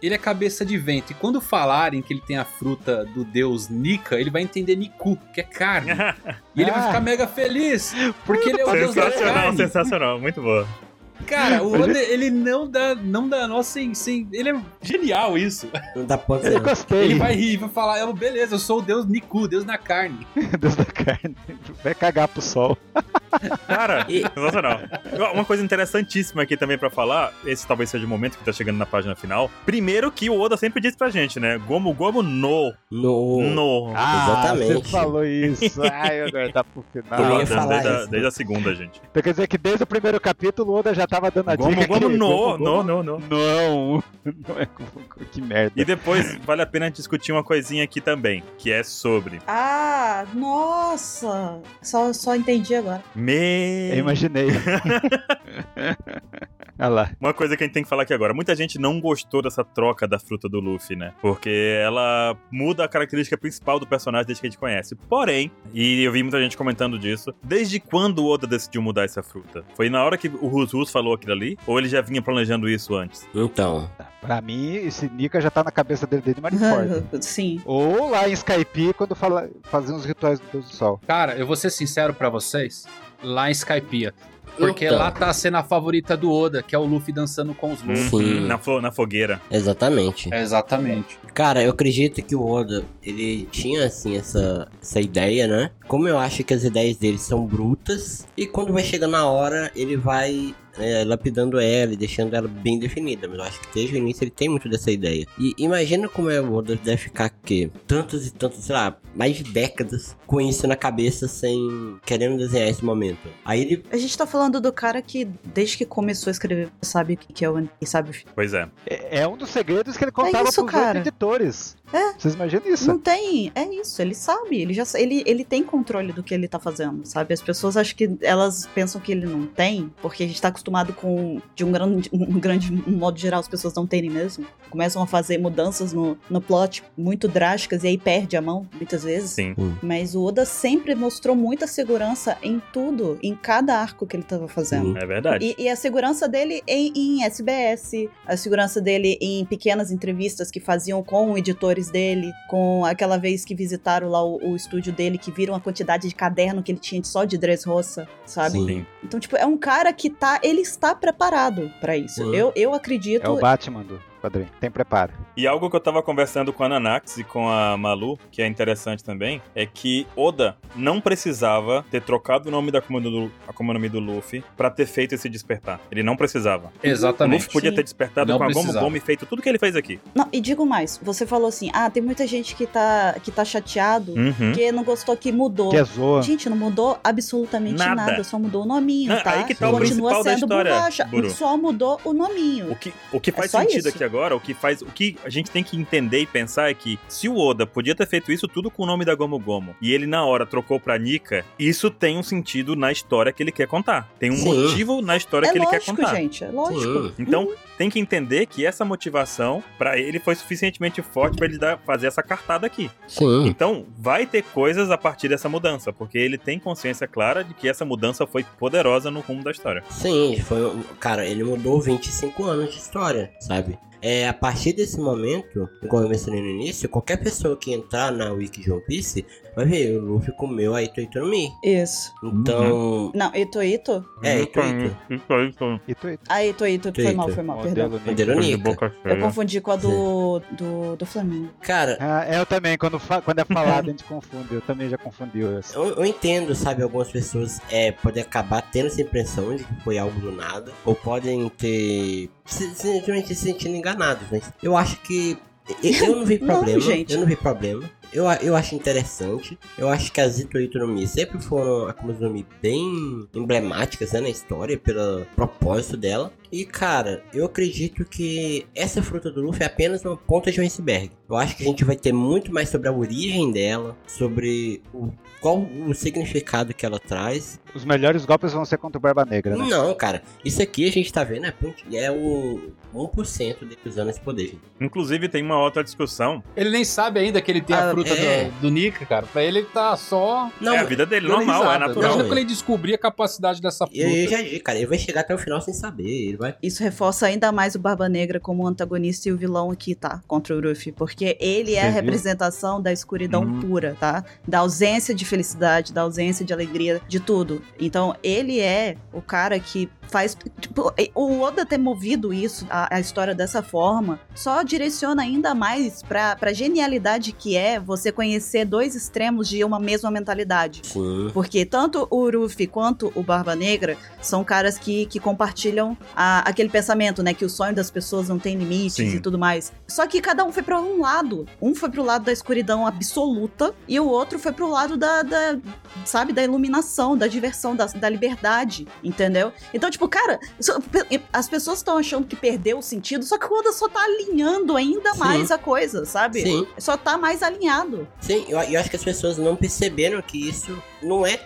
Speaker 5: ele é cabeça de vento. E quando falarem que ele tem a fruta do deus Nika, ele vai entender Niku, que é carne.
Speaker 4: (laughs)
Speaker 5: E ele vai
Speaker 1: Ah.
Speaker 5: ficar mega feliz. Porque ele é o deus da
Speaker 4: sensacional,
Speaker 5: carne.
Speaker 4: sensacional, muito boa.
Speaker 5: Cara, o Oda, ele não dá, não dá nó sem, sem. Ele é genial isso.
Speaker 2: Não dá ponto
Speaker 1: Eu
Speaker 2: não.
Speaker 1: gostei.
Speaker 5: Ele
Speaker 1: (laughs)
Speaker 5: vai rir, vai falar, eu, beleza, eu sou o deus Niku, deus na carne.
Speaker 1: Deus da carne. Vai cagar pro sol.
Speaker 4: Cara,
Speaker 2: E-
Speaker 4: sensacional. Uma coisa interessantíssima aqui também pra falar, esse talvez seja o momento que tá chegando na página final. Primeiro que o Oda sempre diz pra gente, né? Gomu Gomu no.
Speaker 2: No.
Speaker 4: No.
Speaker 2: Ah, Exatamente.
Speaker 1: Você falou isso. Ai, agora tá pro final.
Speaker 2: Eu ia
Speaker 4: desde,
Speaker 2: falar
Speaker 4: a,
Speaker 2: isso.
Speaker 4: desde a segunda, gente.
Speaker 1: Então quer dizer que desde o primeiro capítulo o Oda já tava dando a
Speaker 4: Gomu
Speaker 1: dica.
Speaker 4: Gomu
Speaker 1: que-
Speaker 4: no,
Speaker 1: Gomu, Gomu.
Speaker 4: no, no, no.
Speaker 1: Não. (laughs) Não é Gomu, que merda.
Speaker 4: E depois vale a pena discutir uma coisinha aqui também, que é sobre.
Speaker 3: Ah, nossa! Só, só entendi agora.
Speaker 4: Me...
Speaker 1: Eu imaginei. Olha lá.
Speaker 4: Uma coisa que a gente tem que falar aqui agora. Muita gente não gostou dessa troca da fruta do Luffy, né? Porque ela muda a característica principal do personagem desde que a gente conhece. Porém, e eu vi muita gente comentando disso, desde quando o Oda decidiu mudar essa fruta? Foi na hora que o Rus Rus falou aquilo ali? Ou ele já vinha planejando isso antes?
Speaker 2: Então.
Speaker 1: Pra mim, esse Nika já tá na cabeça dele desde
Speaker 3: (laughs)
Speaker 1: Marineford.
Speaker 3: Sim.
Speaker 1: Ou lá em Skype, quando fala, fazia uns rituais do Deus do Sol.
Speaker 5: Cara, eu vou ser sincero pra vocês, lá em Skypiea. Porque
Speaker 2: então,
Speaker 5: lá tá a cena favorita do Oda, que é o Luffy dançando com os Luffy.
Speaker 2: Sim.
Speaker 4: Na, fo- na fogueira.
Speaker 2: Exatamente.
Speaker 5: exatamente.
Speaker 2: Cara, eu acredito que o Oda, ele tinha, assim, essa, essa ideia, né? Como eu acho que as ideias dele são brutas, e quando vai chegando a hora, ele vai é, lapidando ela e deixando ela bem definida. Mas eu acho que desde o início ele tem muito dessa ideia. E imagina como é o Oda deve ficar, que tantos e tantos, sei lá, mais de décadas com isso na cabeça, sem... querendo desenhar esse momento. Aí ele...
Speaker 3: A gente tá falando do cara que, desde que começou a escrever, sabe o que que é o e sabe o fim.
Speaker 4: Pois é.
Speaker 1: É, é um dos segredos que ele contava
Speaker 3: isso,
Speaker 1: pros
Speaker 3: cara.
Speaker 1: outros editores.
Speaker 3: É.
Speaker 1: Vocês imaginam isso?
Speaker 3: Não tem, é isso, ele sabe, ele já sa- ele, ele tem controle do que ele tá fazendo, sabe? As pessoas acham que elas pensam que ele não tem, porque a gente tá acostumado com de um grande, um grande um modo geral as pessoas não terem mesmo. Começam a fazer mudanças no, no plot muito drásticas e aí perde a mão muitas vezes.
Speaker 4: Sim.
Speaker 3: Mas o Oda sempre mostrou muita segurança em tudo, em cada arco que ele tava fazendo.
Speaker 4: É verdade.
Speaker 3: E, e a segurança dele em, em SBS, a segurança dele em pequenas entrevistas que faziam com editores dele, com aquela vez que visitaram lá o, o estúdio dele, que viram a quantidade de caderno que ele tinha só de dress roça, sabe?
Speaker 2: Sim.
Speaker 3: Então, tipo, é um cara que tá. Ele está preparado pra isso.
Speaker 2: Sim.
Speaker 3: Eu, eu acredito.
Speaker 1: É o Batman do quadrinho. Tem preparo.
Speaker 4: E algo que eu tava conversando com a Nanax e com a Malu, que é interessante também, é que Oda não precisava ter trocado o nome da Akuma do, Akuma no Mi do Luffy pra ter feito esse despertar. Ele não precisava. O Luffy
Speaker 5: Exatamente.
Speaker 4: podia
Speaker 3: Sim.
Speaker 4: ter despertado
Speaker 5: Não
Speaker 4: com a Gomu
Speaker 5: precisava.
Speaker 4: Gomu e feito tudo que ele fez aqui.
Speaker 3: Não, e digo mais, você falou assim: ah, tem muita gente que tá, que tá chateado,
Speaker 4: Uhum.
Speaker 3: porque não gostou que mudou.
Speaker 1: Que é zoa.
Speaker 3: Gente, não mudou absolutamente
Speaker 4: Nada.
Speaker 3: nada, só mudou o nominho,
Speaker 4: Não,
Speaker 3: tá?
Speaker 4: aí que tá o
Speaker 3: Continua
Speaker 4: principal da
Speaker 3: sendo
Speaker 4: história,
Speaker 3: borracha,
Speaker 4: Buru.
Speaker 3: só mudou o
Speaker 4: O
Speaker 3: nominho.
Speaker 4: que, o que
Speaker 3: É
Speaker 4: faz
Speaker 3: só
Speaker 4: sentido
Speaker 3: isso.
Speaker 4: aqui agora, o que faz, o que a gente tem que entender e pensar é que se o Oda podia ter feito isso tudo com o nome da Gomu Gomu e ele na hora trocou pra Nika, isso tem um sentido na história que ele quer contar. Tem um
Speaker 2: Sim.
Speaker 4: motivo na história
Speaker 3: É
Speaker 4: que ele quer
Speaker 3: lógico,
Speaker 4: contar.
Speaker 3: gente, é lógico.
Speaker 2: Hum.
Speaker 4: Então, tem que entender que essa motivação pra ele foi suficientemente forte pra ele dar, fazer essa cartada aqui.
Speaker 2: Sim.
Speaker 4: Então, vai ter coisas a partir dessa mudança, porque ele tem consciência clara de que essa mudança foi poderosa no rumo da história.
Speaker 2: Sim, foi um. Cara, ele mudou 25 anos de história, sabe? É, a partir desse momento, igual eu mencionei no início, qualquer pessoa que entrar na Wiki de One Piece vai ver, o Luffy comeu a Ito Ito no Mi.
Speaker 3: Isso.
Speaker 2: Então.
Speaker 3: Não, Ito Ito?
Speaker 2: É, Ito Ito.
Speaker 1: E tu, e tu.
Speaker 3: Ah, Ito Ito, foi
Speaker 2: Ito.
Speaker 3: mal, foi mal, perdão.
Speaker 1: Modelo
Speaker 2: Bandeira
Speaker 1: Nick.
Speaker 2: Nica.
Speaker 3: Eu confundi com a do, do, do Flamengo.
Speaker 2: Cara,
Speaker 1: Ah, eu também, quando, fa- quando é falado a gente confunde. Eu também já confundi. essa.
Speaker 2: eu, eu entendo, sabe, algumas pessoas é, podem acabar tendo essa impressão de que foi algo do nada, ou podem ter se- simplesmente se sentindo enganados, mas eu acho que. Eu eu não vi
Speaker 3: (laughs) Não,
Speaker 2: problema,
Speaker 3: gente.
Speaker 2: eu não vi problema. Eu, eu acho interessante. Eu acho que as Ito Ito no Mi sempre foram Akumas no Mi bem emblemáticas né, na história, pelo propósito dela. E cara, eu acredito que essa fruta do Luffy é apenas uma ponta de um iceberg. Eu acho que a gente vai ter muito mais sobre a origem dela, sobre o, qual o significado que ela traz.
Speaker 1: Os melhores golpes vão ser contra o Barba Negra, né?
Speaker 2: Não, cara, isso aqui a gente tá vendo é, ponti- é o 1% de usando esse poder, gente.
Speaker 4: Inclusive, tem uma outra discussão.
Speaker 6: Ele nem sabe ainda que ele tem a
Speaker 2: Ah,
Speaker 6: fruta
Speaker 2: é.
Speaker 6: do, do Nick, cara. Pra ele tá só.
Speaker 2: Não, né?
Speaker 4: é a vida dele,
Speaker 6: dando
Speaker 4: normal, é
Speaker 6: risada.
Speaker 4: natural.
Speaker 6: Imagina quando ele descobrir a capacidade dessa
Speaker 5: Tá
Speaker 6: fruta.
Speaker 2: eu, eu já vi, cara, ele vai chegar até o final sem saber. Ele vai
Speaker 3: Isso reforça ainda mais o Barba Negra como antagonista e o vilão aqui, tá? Contra o Ruffy. Porque ele é a
Speaker 6: Você viu?
Speaker 3: representação da escuridão
Speaker 4: Hum.
Speaker 3: pura, tá? Da ausência de felicidade, da ausência de alegria, de tudo. Então, ele é o cara que faz. Tipo, o Oda ter movido isso, a, a história dessa forma, só direciona ainda mais pra, pra genialidade que é você conhecer dois extremos de uma mesma mentalidade.
Speaker 2: sim.
Speaker 3: Porque tanto o Ruffy quanto o Barba Negra são caras que, que compartilham a- aquele pensamento, né? Que o sonho das pessoas não tem limites
Speaker 4: Sim.
Speaker 3: e tudo mais. Só que cada um foi pra um lado. Um foi pro lado da escuridão absoluta e o outro foi pro lado da, da- sabe, da iluminação, da diversão, da, da liberdade, entendeu? Então, tipo, cara, so- pe- as pessoas estão achando que perdeu o sentido, só que o Oda só tá alinhando ainda
Speaker 2: Sim.
Speaker 3: mais a coisa, sabe?
Speaker 2: Sim,
Speaker 3: Só tá mais alinhado.
Speaker 2: sim, eu, eu acho que as pessoas não perceberam que isso não é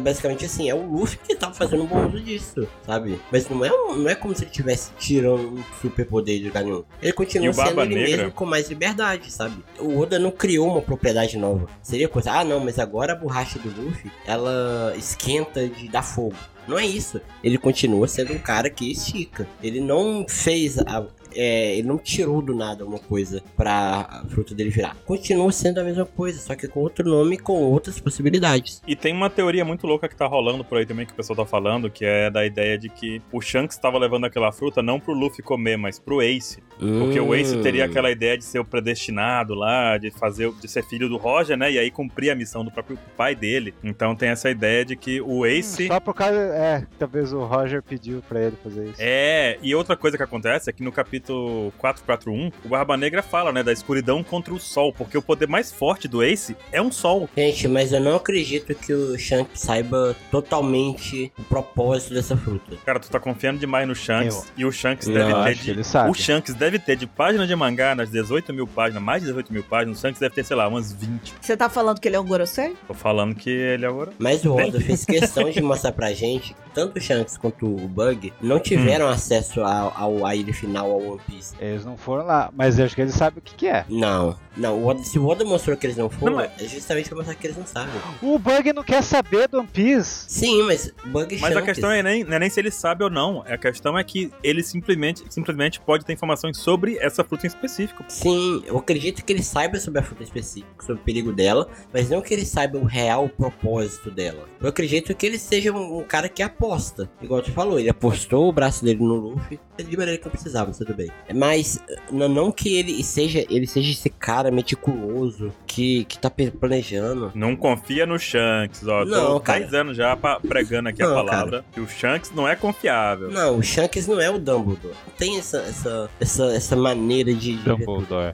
Speaker 2: basicamente assim, é o Luffy que tá fazendo bom uso disso, sabe? Mas não é, um- não é como se ele tivesse tirando um superpoder de lugar nenhum. Ele
Speaker 4: E
Speaker 2: continua
Speaker 4: o
Speaker 2: sendo
Speaker 4: Barba
Speaker 2: ele
Speaker 4: Negra?
Speaker 2: mesmo com mais liberdade, sabe? O Oda não criou uma propriedade nova. Seria coisa, ah não, mas agora a borracha do Luffy, ela esquenta de dar fogo. Não é isso. Ele continua sendo um cara que estica. Ele não fez a, é, ele não tirou do nada uma coisa pra fruta dele virar. Continua sendo a mesma coisa, só que com outro nome e com outras possibilidades.
Speaker 4: E tem uma teoria muito louca que tá rolando por aí também, que o pessoal tá falando, que é da ideia de que o Shanks tava levando aquela fruta não pro Luffy comer, mas pro Ace. Porque o
Speaker 2: Hum.
Speaker 4: Ace teria
Speaker 1: Hum.
Speaker 4: aquela ideia de ser o predestinado lá, de fazer, de ser filho do Roger, né? E aí cumprir a missão do próprio pai dele. Então tem essa ideia de que o Ace.
Speaker 1: Só por causa. É, talvez o Roger pediu pra ele fazer isso.
Speaker 4: É, e outra coisa que acontece é que no capítulo 441, o Barba Negra fala, né, da escuridão contra o sol, porque o poder mais forte do Ace é um sol.
Speaker 2: Gente, mas eu não acredito que o Shanks saiba totalmente o propósito dessa fruta.
Speaker 4: Cara, tu tá confiando demais no Shanks, e o Shanks
Speaker 2: Não,
Speaker 4: deve
Speaker 2: eu
Speaker 4: ter
Speaker 1: acho
Speaker 4: de
Speaker 1: que ele sabe.
Speaker 4: O Shanks deve ter de página de mangá, nas 18 mil páginas, mais de 18 mil páginas, o Shanks deve ter, sei lá, umas 20.
Speaker 3: Você tá falando que ele é um Gorosei?
Speaker 4: Tô falando que ele é agora.
Speaker 2: Mas o Oda fez questão de mostrar pra gente que tanto o Shanks quanto o Bug não
Speaker 4: Hum.
Speaker 2: tiveram acesso ao, ao, à ilha final, ao One Piece.
Speaker 1: Eles não foram lá, mas eu acho que ele sabe o que, que é.
Speaker 2: Não, não, o Oda, se o Oda mostrou que eles não foram,
Speaker 4: Não,
Speaker 2: é justamente pra mostrar que eles não sabem.
Speaker 1: O Bug não quer saber do One Piece.
Speaker 2: Sim, mas Bug e
Speaker 4: Mas a
Speaker 2: Shanks-
Speaker 4: questão é nem, não é nem se ele sabe ou não. A questão é que ele simplesmente, simplesmente pode ter informações sobre essa fruta em específico.
Speaker 2: Sim, eu acredito que ele saiba sobre a fruta específica, sobre o perigo dela, mas não que ele saiba o real propósito dela. Eu acredito que ele seja um, um cara que aposta. Igual tu falou, ele apostou o braço dele no Luffy, ele liberou ele que não precisava, mas tudo bem. Mas eh, não, não que ele seja ele seja esse cara meticuloso que, que tá pe- planejando.
Speaker 4: Não confia no Shanks, ó.
Speaker 2: Não,
Speaker 4: Tô
Speaker 2: cara.
Speaker 4: 10 anos já pa- pregando aqui a
Speaker 2: Não,
Speaker 4: palavra. Que o Shanks não é confiável.
Speaker 2: Não, o Shanks não é o Dumbledore. Não tem essa, essa, essa, essa maneira de. de-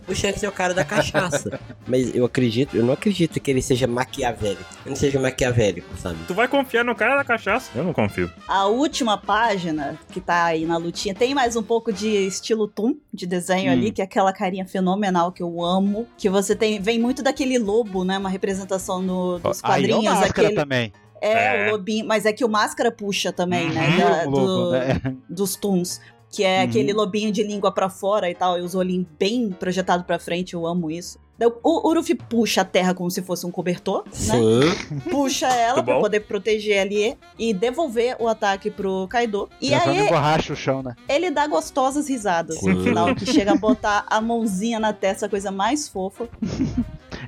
Speaker 2: O Shanks é o cara da cachaça. Mas eu acredito, eu não acredito que ele seja maquiavélico. Ele não seja maquiavélico, sabe?
Speaker 4: Tu vai confiar no cara da cachaça? Eu não confio.
Speaker 3: A última página que tá aí na lutinha tem mais um pouco de estilo Toon de desenho
Speaker 1: Hum.
Speaker 3: ali, que é aquela carinha fenomenal que eu amo. Que você tem. Vem muito daquele lobo, né? Uma representação no- dos
Speaker 1: Aí é o
Speaker 3: quadrinhos.
Speaker 1: Máscara
Speaker 3: aquele,
Speaker 1: também.
Speaker 3: é,
Speaker 4: É.
Speaker 3: o lobinho. Mas é que o máscara puxa também, né?
Speaker 1: Uhum,
Speaker 3: da-
Speaker 1: o
Speaker 3: do-
Speaker 1: lobo, né?
Speaker 3: Dos Toons. Que é
Speaker 1: Uhum.
Speaker 3: aquele lobinho de língua pra fora e tal, e os olhinhos bem projetados pra frente, eu amo isso. Daí o- O Uruf puxa a terra como se fosse um cobertor, né?
Speaker 2: Sim.
Speaker 3: puxa ela
Speaker 4: Muito
Speaker 3: pra
Speaker 4: bom.
Speaker 3: poder proteger ali e devolver o ataque pro Kaido. E
Speaker 1: É quando
Speaker 3: aí
Speaker 1: emborracha o chão, né?
Speaker 3: ele dá gostosas risadas no
Speaker 2: Sim.
Speaker 3: final, que chega a botar a mãozinha na testa, a coisa mais fofa.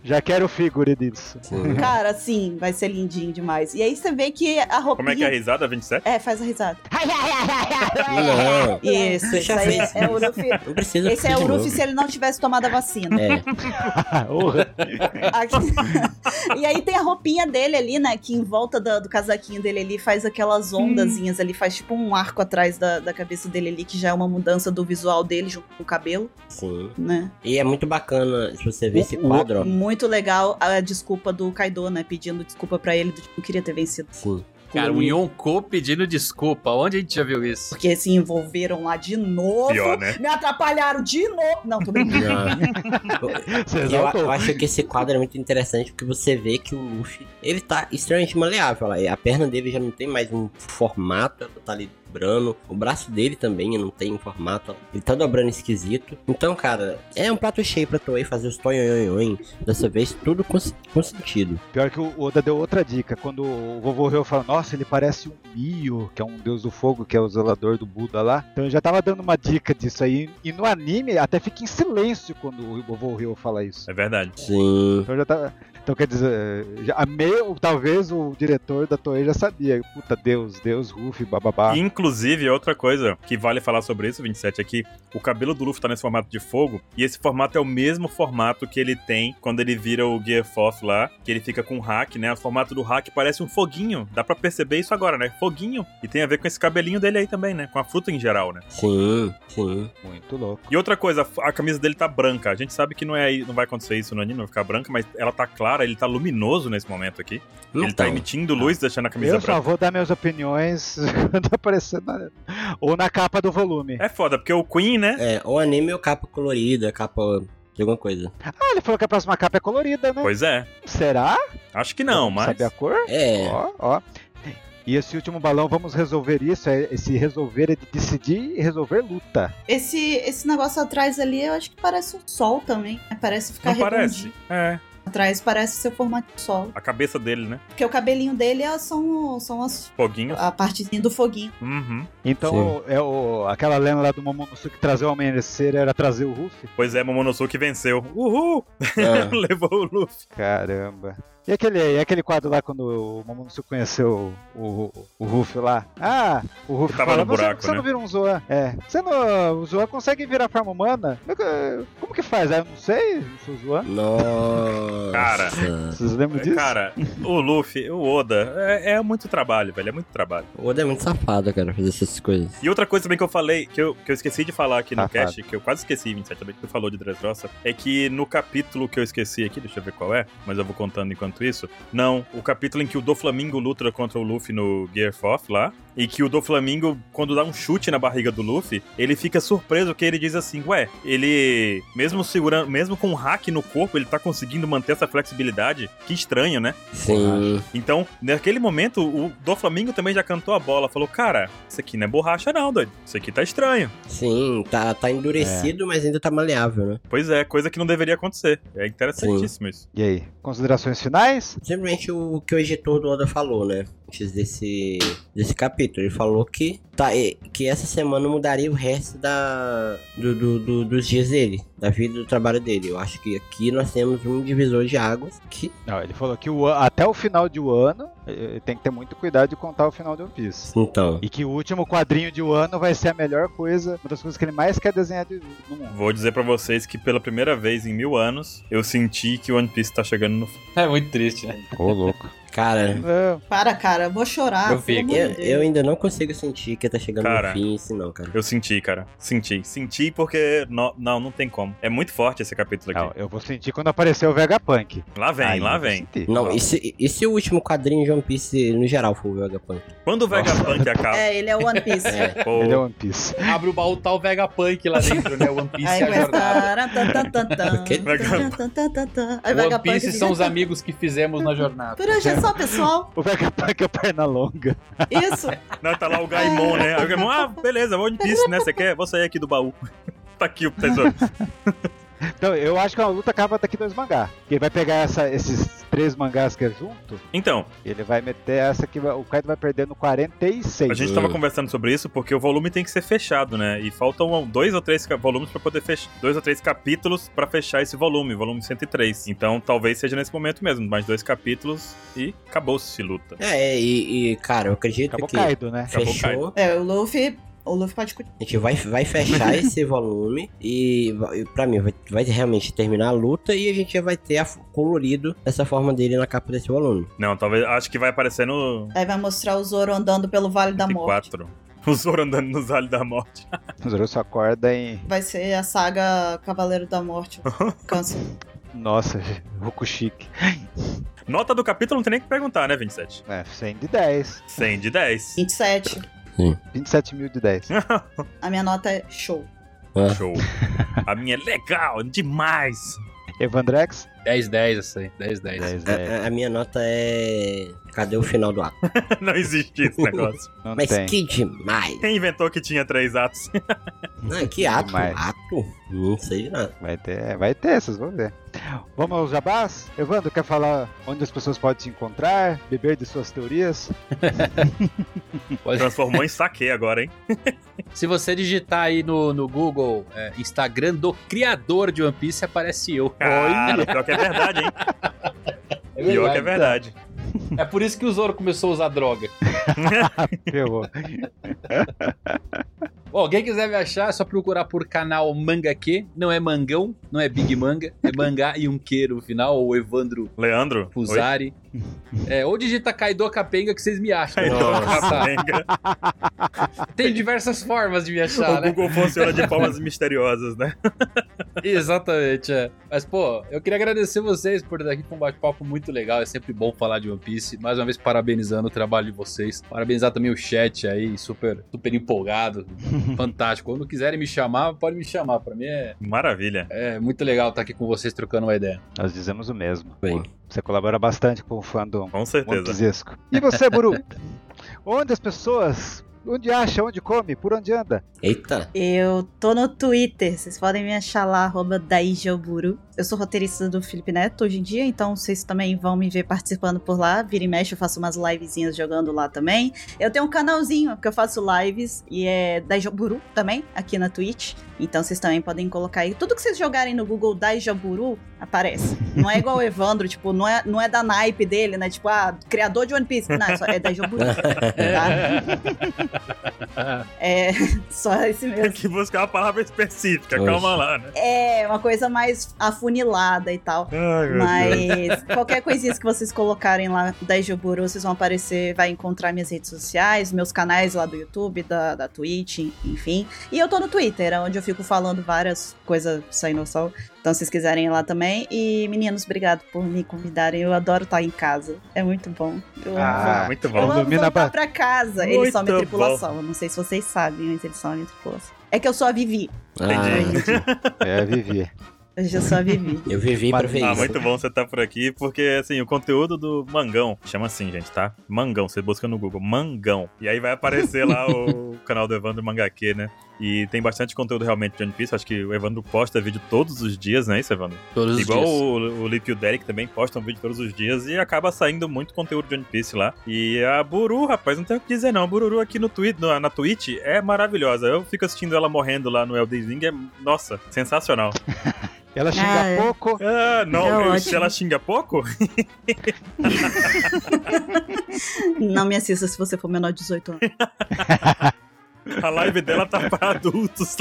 Speaker 1: Já quero o figure
Speaker 3: (laughs)
Speaker 1: disso.
Speaker 2: sim.
Speaker 3: Cara, assim, vai ser lindinho demais. E aí você vê que a roupinha...
Speaker 4: Como é que é a risada, 27?
Speaker 3: É, faz a risada.
Speaker 2: Não.
Speaker 3: Isso,
Speaker 2: Você
Speaker 3: (laughs) isso
Speaker 2: já
Speaker 3: aí
Speaker 2: fez
Speaker 3: é o Luffy.
Speaker 2: Não precisa
Speaker 3: Esse é
Speaker 2: de
Speaker 3: o
Speaker 2: novo.
Speaker 3: Luffy se ele não tivesse tomado a vacina.
Speaker 2: É.
Speaker 1: (laughs) Porra.
Speaker 3: Aqui- (laughs) e aí tem a roupinha dele ali, né? Que em volta da- do, casaquinho dele ali faz aquelas ondazinhas ali, faz tipo um arco atrás da, da cabeça dele ali, que já é uma mudança do visual dele junto com o cabelo,
Speaker 2: Sim.
Speaker 3: né?
Speaker 2: E é muito bacana se você ver esse quadro, ó.
Speaker 3: muito legal a desculpa do Kaido, né? Pedindo desculpa pra ele, do tipo, não queria ter vencido.
Speaker 2: Sim.
Speaker 6: Cara, o Yonko pedindo desculpa. Onde a gente já viu isso?
Speaker 3: Porque se envolveram lá de novo.
Speaker 4: Pior, né?
Speaker 3: Me atrapalharam de novo. Não, tô brincando.
Speaker 1: Você
Speaker 2: E Eu, eu
Speaker 1: exaltou.
Speaker 2: acho que esse quadro é muito interessante porque você vê que o Luffy, ele tá extremamente maleável. lá. A perna dele já não tem mais um formato, ela tá ali dobrando. O braço dele também não tem um formato, ele tá dobrando esquisito. Então, cara, é um prato cheio pra Toei fazer os tonhonhonhon. Dessa vez, tudo com, com sentido.
Speaker 1: Pior que o Oda deu outra dica. Quando o vovô Reu fala, nossa, ele parece um Mio, que é um deus do fogo, que é o zelador do Buda lá. Então eu já tava dando uma dica disso aí. E no anime até fica em silêncio quando o vovô Reu fala isso.
Speaker 4: É verdade.
Speaker 2: Sim.
Speaker 1: Então já tá. Então quer dizer, já, a meio, talvez o diretor da Toei já sabia. Puta, Deus, Deus, Ruffy,
Speaker 4: Ah.
Speaker 1: bababá.
Speaker 4: Inclusive, outra coisa que vale falar sobre isso, 27, é que o cabelo do Luffy tá nesse formato de fogo, e esse formato é o mesmo formato que ele tem quando ele vira o Gear Fourth lá, que ele fica com o hack, né? O formato do hack parece um foguinho. Dá pra perceber isso agora, né? Foguinho. E tem a ver com esse cabelinho dele aí também, né? Com a fruta em geral, né?
Speaker 2: Sim, sim.
Speaker 1: Muito louco.
Speaker 4: E outra coisa, a camisa dele tá branca. A gente sabe que não é não vai acontecer isso no anime, não vai ficar branca, mas ela tá clara, ele tá luminoso nesse momento aqui. ele tá
Speaker 2: Então,
Speaker 4: emitindo luz, deixando a camisa
Speaker 1: Eu
Speaker 4: branca.
Speaker 1: só vou dar minhas opiniões (laughs) quando aparecer na... ou na capa do volume.
Speaker 4: É foda, porque o Queen, né?
Speaker 2: é, o anime é capa colorida, capa de alguma coisa.
Speaker 1: Ah, ele falou que a próxima capa é colorida, né?
Speaker 4: Pois é.
Speaker 1: Será?
Speaker 4: Acho que não,
Speaker 1: Vamos
Speaker 4: mas.
Speaker 1: Saber a cor?
Speaker 2: É,
Speaker 1: Ó, ó. E esse último balão, vamos resolver isso. é- Esse resolver é de decidir e resolver luta.
Speaker 3: esse, esse negócio atrás ali, eu acho que parece o sol também. né? Parece ficar
Speaker 4: Não parece.
Speaker 3: redondinho.
Speaker 4: É.
Speaker 3: Atrás parece ser o formato de sol.
Speaker 4: A cabeça dele, né?
Speaker 3: Porque o cabelinho dele é, são, são as,
Speaker 4: Foguinho.
Speaker 3: a partezinha do foguinho.
Speaker 4: Uhum.
Speaker 1: Então, é o, aquela lenda lá do Momonosuke trazer o amanhecer era trazer o Ruffy?
Speaker 4: Pois é, Momonosuke venceu. Uhul!
Speaker 2: ah,
Speaker 4: (laughs) Levou o Luffy.
Speaker 1: Caramba. E aquele, e aquele quadro lá quando o Momonosuke conheceu o, o, o Ruffy lá? Ah, o Ruffy
Speaker 4: Tava
Speaker 1: fala,
Speaker 4: no
Speaker 1: "Você-
Speaker 4: buraco,
Speaker 1: você,
Speaker 4: né?"
Speaker 1: não vira um Zoan. É, você não, o Zoan consegue virar forma humana? Como que- Como que faz? Ah, eu não sei, não sou Zoan.
Speaker 2: nossa.
Speaker 4: Cara.
Speaker 1: Vocês lembram disso?
Speaker 4: É, Cara, o Luffy, o Oda, é, é muito trabalho, velho. É muito trabalho.
Speaker 2: O Oda é muito safado, cara, fazer essas coisas.
Speaker 4: E outra coisa também que eu falei, que eu, que eu esqueci de falar aqui no
Speaker 1: Safado.
Speaker 4: cast, que eu quase esqueci, 27, também que tu falou de Dressrosa, é que no capítulo que eu esqueci aqui, deixa eu ver qual é, mas eu vou contando enquanto isso. Não, o capítulo em que o Doflamingo luta contra o Luffy no Gear Fourth lá, e que o Doflamingo, quando dá um chute na barriga do Luffy, ele fica surpreso que ele diz assim, ué, ele, mesmo segurando, mesmo com um hack no corpo, ele tá conseguindo manter essa flexibilidade? Que estranho, né?
Speaker 2: Sim.
Speaker 4: Então, naquele momento, o Doflamingo também já cantou a bola, falou, cara, isso aqui não é borracha não, doido, isso aqui tá estranho.
Speaker 2: Sim, tá, tá endurecido, mas ainda tá maleável, né?
Speaker 4: Pois é, coisa que não deveria acontecer. É interessantíssimo isso.
Speaker 1: E aí, considerações finais?
Speaker 2: Simplesmente o que o editor do Oda falou, né? Antes desse, desse capítulo. Ele falou que, tá, e- que essa semana mudaria o resto da, do, do- do- dos dias dele, da vida e do trabalho dele. Eu acho que aqui nós temos um divisor de águas que.
Speaker 1: Não, ele falou que o, an- até o final de um ano eh, tem que ter muito cuidado de contar o final de One Piece.
Speaker 2: Então.
Speaker 1: E que o último quadrinho de um ano vai ser a melhor coisa, uma das coisas que ele mais quer desenhar de, no mundo.
Speaker 4: Vou dizer pra vocês que pela primeira vez em mil anos, eu senti que o One Piece tá chegando no fim.
Speaker 6: É muito triste, né?
Speaker 1: Ô, louco. É.
Speaker 2: Cara,
Speaker 3: Para, cara, eu vou chorar.
Speaker 6: Eu vi
Speaker 3: pelo
Speaker 6: aqui.
Speaker 2: eu,
Speaker 3: amor de
Speaker 2: eu
Speaker 3: Deus.
Speaker 2: ainda não consigo sentir que tá chegando
Speaker 4: Cara.
Speaker 2: no fim, isso não, cara.
Speaker 4: Eu senti, cara. Senti. Senti porque. Não, não, não tem como. É muito forte esse capítulo
Speaker 1: Não,
Speaker 4: aqui.
Speaker 1: eu vou sentir quando aparecer o Vegapunk.
Speaker 4: Lá vem,
Speaker 1: Aí
Speaker 4: lá
Speaker 1: eu vou
Speaker 4: vem.
Speaker 1: sentir.
Speaker 2: Não, e se, e se o último quadrinho de One Piece no geral for o Vegapunk?
Speaker 4: Quando o Vegapunk acaba.
Speaker 3: (laughs) É, ele é One Piece.
Speaker 2: É,
Speaker 4: pô,
Speaker 1: Ele é One Piece. (laughs)
Speaker 6: Abre o baú, tá o Vegapunk lá dentro, né? One Piece
Speaker 3: Aí
Speaker 6: é a
Speaker 3: começa.
Speaker 6: jornada.
Speaker 3: taran, tan, tan,
Speaker 6: (laughs)
Speaker 3: tan,
Speaker 2: Que
Speaker 4: Vegapunk.
Speaker 3: tan, tan, tan, tan. Aí
Speaker 6: One
Speaker 3: Vegapunk
Speaker 6: Piece
Speaker 3: fica-
Speaker 6: são os amigos que fizemos na jornada.
Speaker 3: (laughs) Por hoje é só, pessoal.
Speaker 1: O Vegapunk é perna longa.
Speaker 6: (laughs)
Speaker 3: Isso.
Speaker 4: Não, tá lá o Gaimon, né? Aí o Gaimon, ah, beleza, One Piece, né? Você quer? Vou sair aqui do baú. (laughs) tá aqui o tesouro.
Speaker 1: Então, eu acho que a luta acaba daqui dois mangá. Ele vai pegar essa- esses três mangás que é junto,
Speaker 4: Então,
Speaker 1: ele vai meter essa que vai- o Kaido vai perder no 46.
Speaker 4: a gente tá tava conversando sobre isso porque o volume tem que ser fechado, né? E faltam dois ou três ca- volumes pra poder fechar. Dois ou três capítulos pra fechar esse volume, volume 103. Então talvez seja nesse momento mesmo, mais dois capítulos e acabou-se luta.
Speaker 2: é e, e, cara, eu acredito
Speaker 1: Acabou
Speaker 2: que.
Speaker 1: Kaido,
Speaker 4: (laughs)
Speaker 1: né?
Speaker 4: Acabou
Speaker 2: Fechou.
Speaker 3: É, o Luffy. O Luffy pode continuar.
Speaker 2: A gente vai, vai
Speaker 4: (laughs)
Speaker 2: fechar esse volume e, va- e pra mim, vai, vai realmente terminar a luta e a gente já vai ter a f- colorido essa forma dele na capa desse volume.
Speaker 4: Não, talvez. Acho que vai aparecer no
Speaker 3: Aí vai mostrar o Zoro andando pelo Vale da Morte.
Speaker 4: 4. (laughs) O Zoro andando no Vale da Morte. (laughs)
Speaker 1: O Zoro só acorda em
Speaker 6: (laughs)
Speaker 3: Vai ser a saga Cavaleiro da Morte. Câncer.
Speaker 1: Nossa, (laughs) Roku chique.
Speaker 4: Nota do capítulo não tem nem que perguntar, né, 27?
Speaker 1: É, 100 de 10.
Speaker 4: 100 de 10.
Speaker 3: 27.
Speaker 1: 27 mil de 10.
Speaker 3: A minha nota é show.
Speaker 2: Ah,
Speaker 4: (laughs) Show. A minha é legal, demais. (laughs)
Speaker 1: Evandrex?
Speaker 5: 10, 10 essa aí. 10, 10.
Speaker 6: É.
Speaker 1: 10,
Speaker 2: a,
Speaker 1: 10.
Speaker 2: a- a minha nota é. Cadê o final do ato?
Speaker 4: Não existe esse negócio.
Speaker 1: Não
Speaker 2: Mas
Speaker 1: tem. (laughs)
Speaker 2: que demais!
Speaker 4: Quem inventou que tinha três atos?
Speaker 2: Ah, que ato?
Speaker 1: Demais.
Speaker 2: Ato? Não sei de nada.
Speaker 1: Vai ter, vai ter, vocês vão ver. Vamos aos jabás? Evandro, quer falar onde as pessoas podem te encontrar, beber de suas teorias?
Speaker 5: Pode-
Speaker 4: Transformou em saque agora, hein?
Speaker 5: Se você digitar aí no, no Google é, Instagram do criador de One Piece, aparece eu.
Speaker 6: Ah,
Speaker 4: Cara, pior que é verdade, hein? Pior que é verdade.
Speaker 5: É por isso que o Zoro começou a usar droga.
Speaker 1: Ferrou.
Speaker 5: Bom, quem quiser me achar, é só procurar por canal Manga Q. Não é Mangão, não é Big Manga, é Mangá e um Q no final, ou Evandro
Speaker 4: Leandro? (laughs) Oi?
Speaker 5: Fusari. É, ou digita Kaido Capenga que vocês me acham.
Speaker 4: Aí,
Speaker 5: Nossa.
Speaker 4: capenga.
Speaker 5: Tem diversas formas de me achar,
Speaker 4: O
Speaker 5: né?
Speaker 4: Google funciona de formas misteriosas, né?
Speaker 5: (laughs) Exatamente, é. Mas, pô, eu queria agradecer vocês por estar aqui com um bate-papo muito legal. É sempre bom falar de One Piece. Mais uma vez, parabenizando o trabalho de vocês. Parabenizar também o chat aí, super, super
Speaker 4: (laughs)
Speaker 5: empolgado. Fantástico. Quando quiserem me chamar, podem me chamar. Pra mim é,
Speaker 4: Maravilha.
Speaker 5: é muito legal estar aqui com vocês trocando uma ideia.
Speaker 1: Nós dizemos o mesmo.
Speaker 2: Bem.
Speaker 1: Você colabora bastante com o fandom
Speaker 4: Com certeza.
Speaker 1: montezesco. E você,
Speaker 4: (laughs)
Speaker 1: Buru? onde as pessoas... Onde acha, onde come, por onde anda?
Speaker 2: Eita!
Speaker 3: Eu tô no Twitter, vocês podem me achar lá, arroba Daigioburu. Eu sou roteirista do Felipe Neto hoje em dia, então vocês também vão me ver participando por lá. Vira e mexe, eu faço umas livezinhas jogando lá também. Eu tenho um canalzinho que eu faço lives e é Daijoburu também, aqui na Twitch. Então vocês também podem colocar aí. Tudo que vocês jogarem no Google Daijoburu aparece. Não é igual o Evandro, (laughs) tipo, não é, não é da naipe dele, né? Tipo, ah, criador de One Piece. Não, é, só, é Daijoburu. tá? É, (laughs) só esse mesmo.
Speaker 4: Tem que buscar uma palavra específica,
Speaker 2: Oxe.
Speaker 4: calma lá, né?
Speaker 3: É, uma coisa mais afunilada e tal.
Speaker 4: Ai, meu Deus.
Speaker 3: Mas qualquer coisinha que vocês colocarem lá da Joburu, vocês vão aparecer, vai encontrar minhas redes sociais, meus canais lá do YouTube, da, da Twitch, enfim. E eu tô no Twitter, é onde eu fico falando várias coisas sem noção. Então, se vocês quiserem ir lá também. E, meninos, obrigado por me convidarem. Eu adoro estar em casa. É muito bom. Eu amo.
Speaker 1: Ah,
Speaker 4: Muito
Speaker 3: Eu
Speaker 4: bom.
Speaker 1: vamos
Speaker 3: amo
Speaker 1: dormir na
Speaker 3: voltar
Speaker 1: ba-
Speaker 3: pra casa. Eles são minha
Speaker 4: Muito bom.
Speaker 3: tripulação. Eu Não sei se vocês sabem, mas eles são a minha tripulação. É que eu sou a Vivi.
Speaker 2: Ah,
Speaker 4: Entendi.
Speaker 1: É, Vivi.
Speaker 3: Hoje eu sou a Vivi. (laughs)
Speaker 2: eu vivi pra ver
Speaker 4: Ah,
Speaker 2: isso.
Speaker 4: muito bom você estar por aqui, porque assim, o conteúdo do Mangão, chama assim, gente, tá? Mangão, você busca no Google, Mangão. E aí vai aparecer lá
Speaker 5: (laughs)
Speaker 4: o canal do Evandro Mangaque, né? E tem bastante conteúdo realmente de One Piece. Acho que o Evandro posta vídeo todos os dias, né? Isso, Evandro?
Speaker 5: Todos os
Speaker 4: Igual
Speaker 5: dias.
Speaker 4: o, o Lip e o Derek também postam um vídeo todos os dias e acaba saindo muito conteúdo de One Piece lá. E a Buru, rapaz, não tem o que dizer não. A Bururu aqui no Twi- na, na Twitch é maravilhosa. Eu fico assistindo ela morrendo lá no Elden Ring, é, nossa, sensacional.
Speaker 1: Ela xinga
Speaker 3: Ah, é.
Speaker 1: pouco.
Speaker 4: Ah, não,
Speaker 3: É
Speaker 4: eu-
Speaker 3: ótimo.
Speaker 4: ela xinga pouco?
Speaker 3: Não me assista se você for menor de 18 anos.
Speaker 4: A live dela tá pra adultos.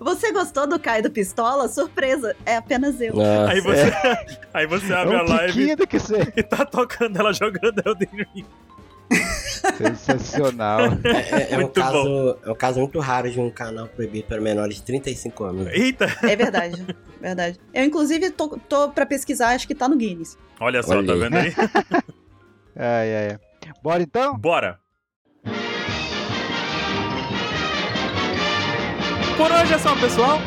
Speaker 3: Você gostou do Caio do Pistola? Surpresa, é apenas eu.
Speaker 2: Nossa.
Speaker 4: Aí você, (laughs) aí você
Speaker 1: É
Speaker 4: abre a
Speaker 1: um
Speaker 4: live
Speaker 1: tiquinho do que ser.
Speaker 4: e tá tocando ela jogando Elden Ring. (laughs)
Speaker 1: Sensacional.
Speaker 2: É, é um
Speaker 4: Muito
Speaker 2: caso, é um caso muito raro de um canal proibido para menores de 35 anos.
Speaker 4: Eita!
Speaker 3: É verdade, verdade. Eu, inclusive, tô, tô pra pesquisar, acho que tá no Guinness.
Speaker 4: Olha só,
Speaker 2: Olha
Speaker 4: tá
Speaker 2: aí.
Speaker 4: vendo aí?
Speaker 1: Ai, ai, ai. Bora então?
Speaker 4: Bora! Por hoje é só, pessoal.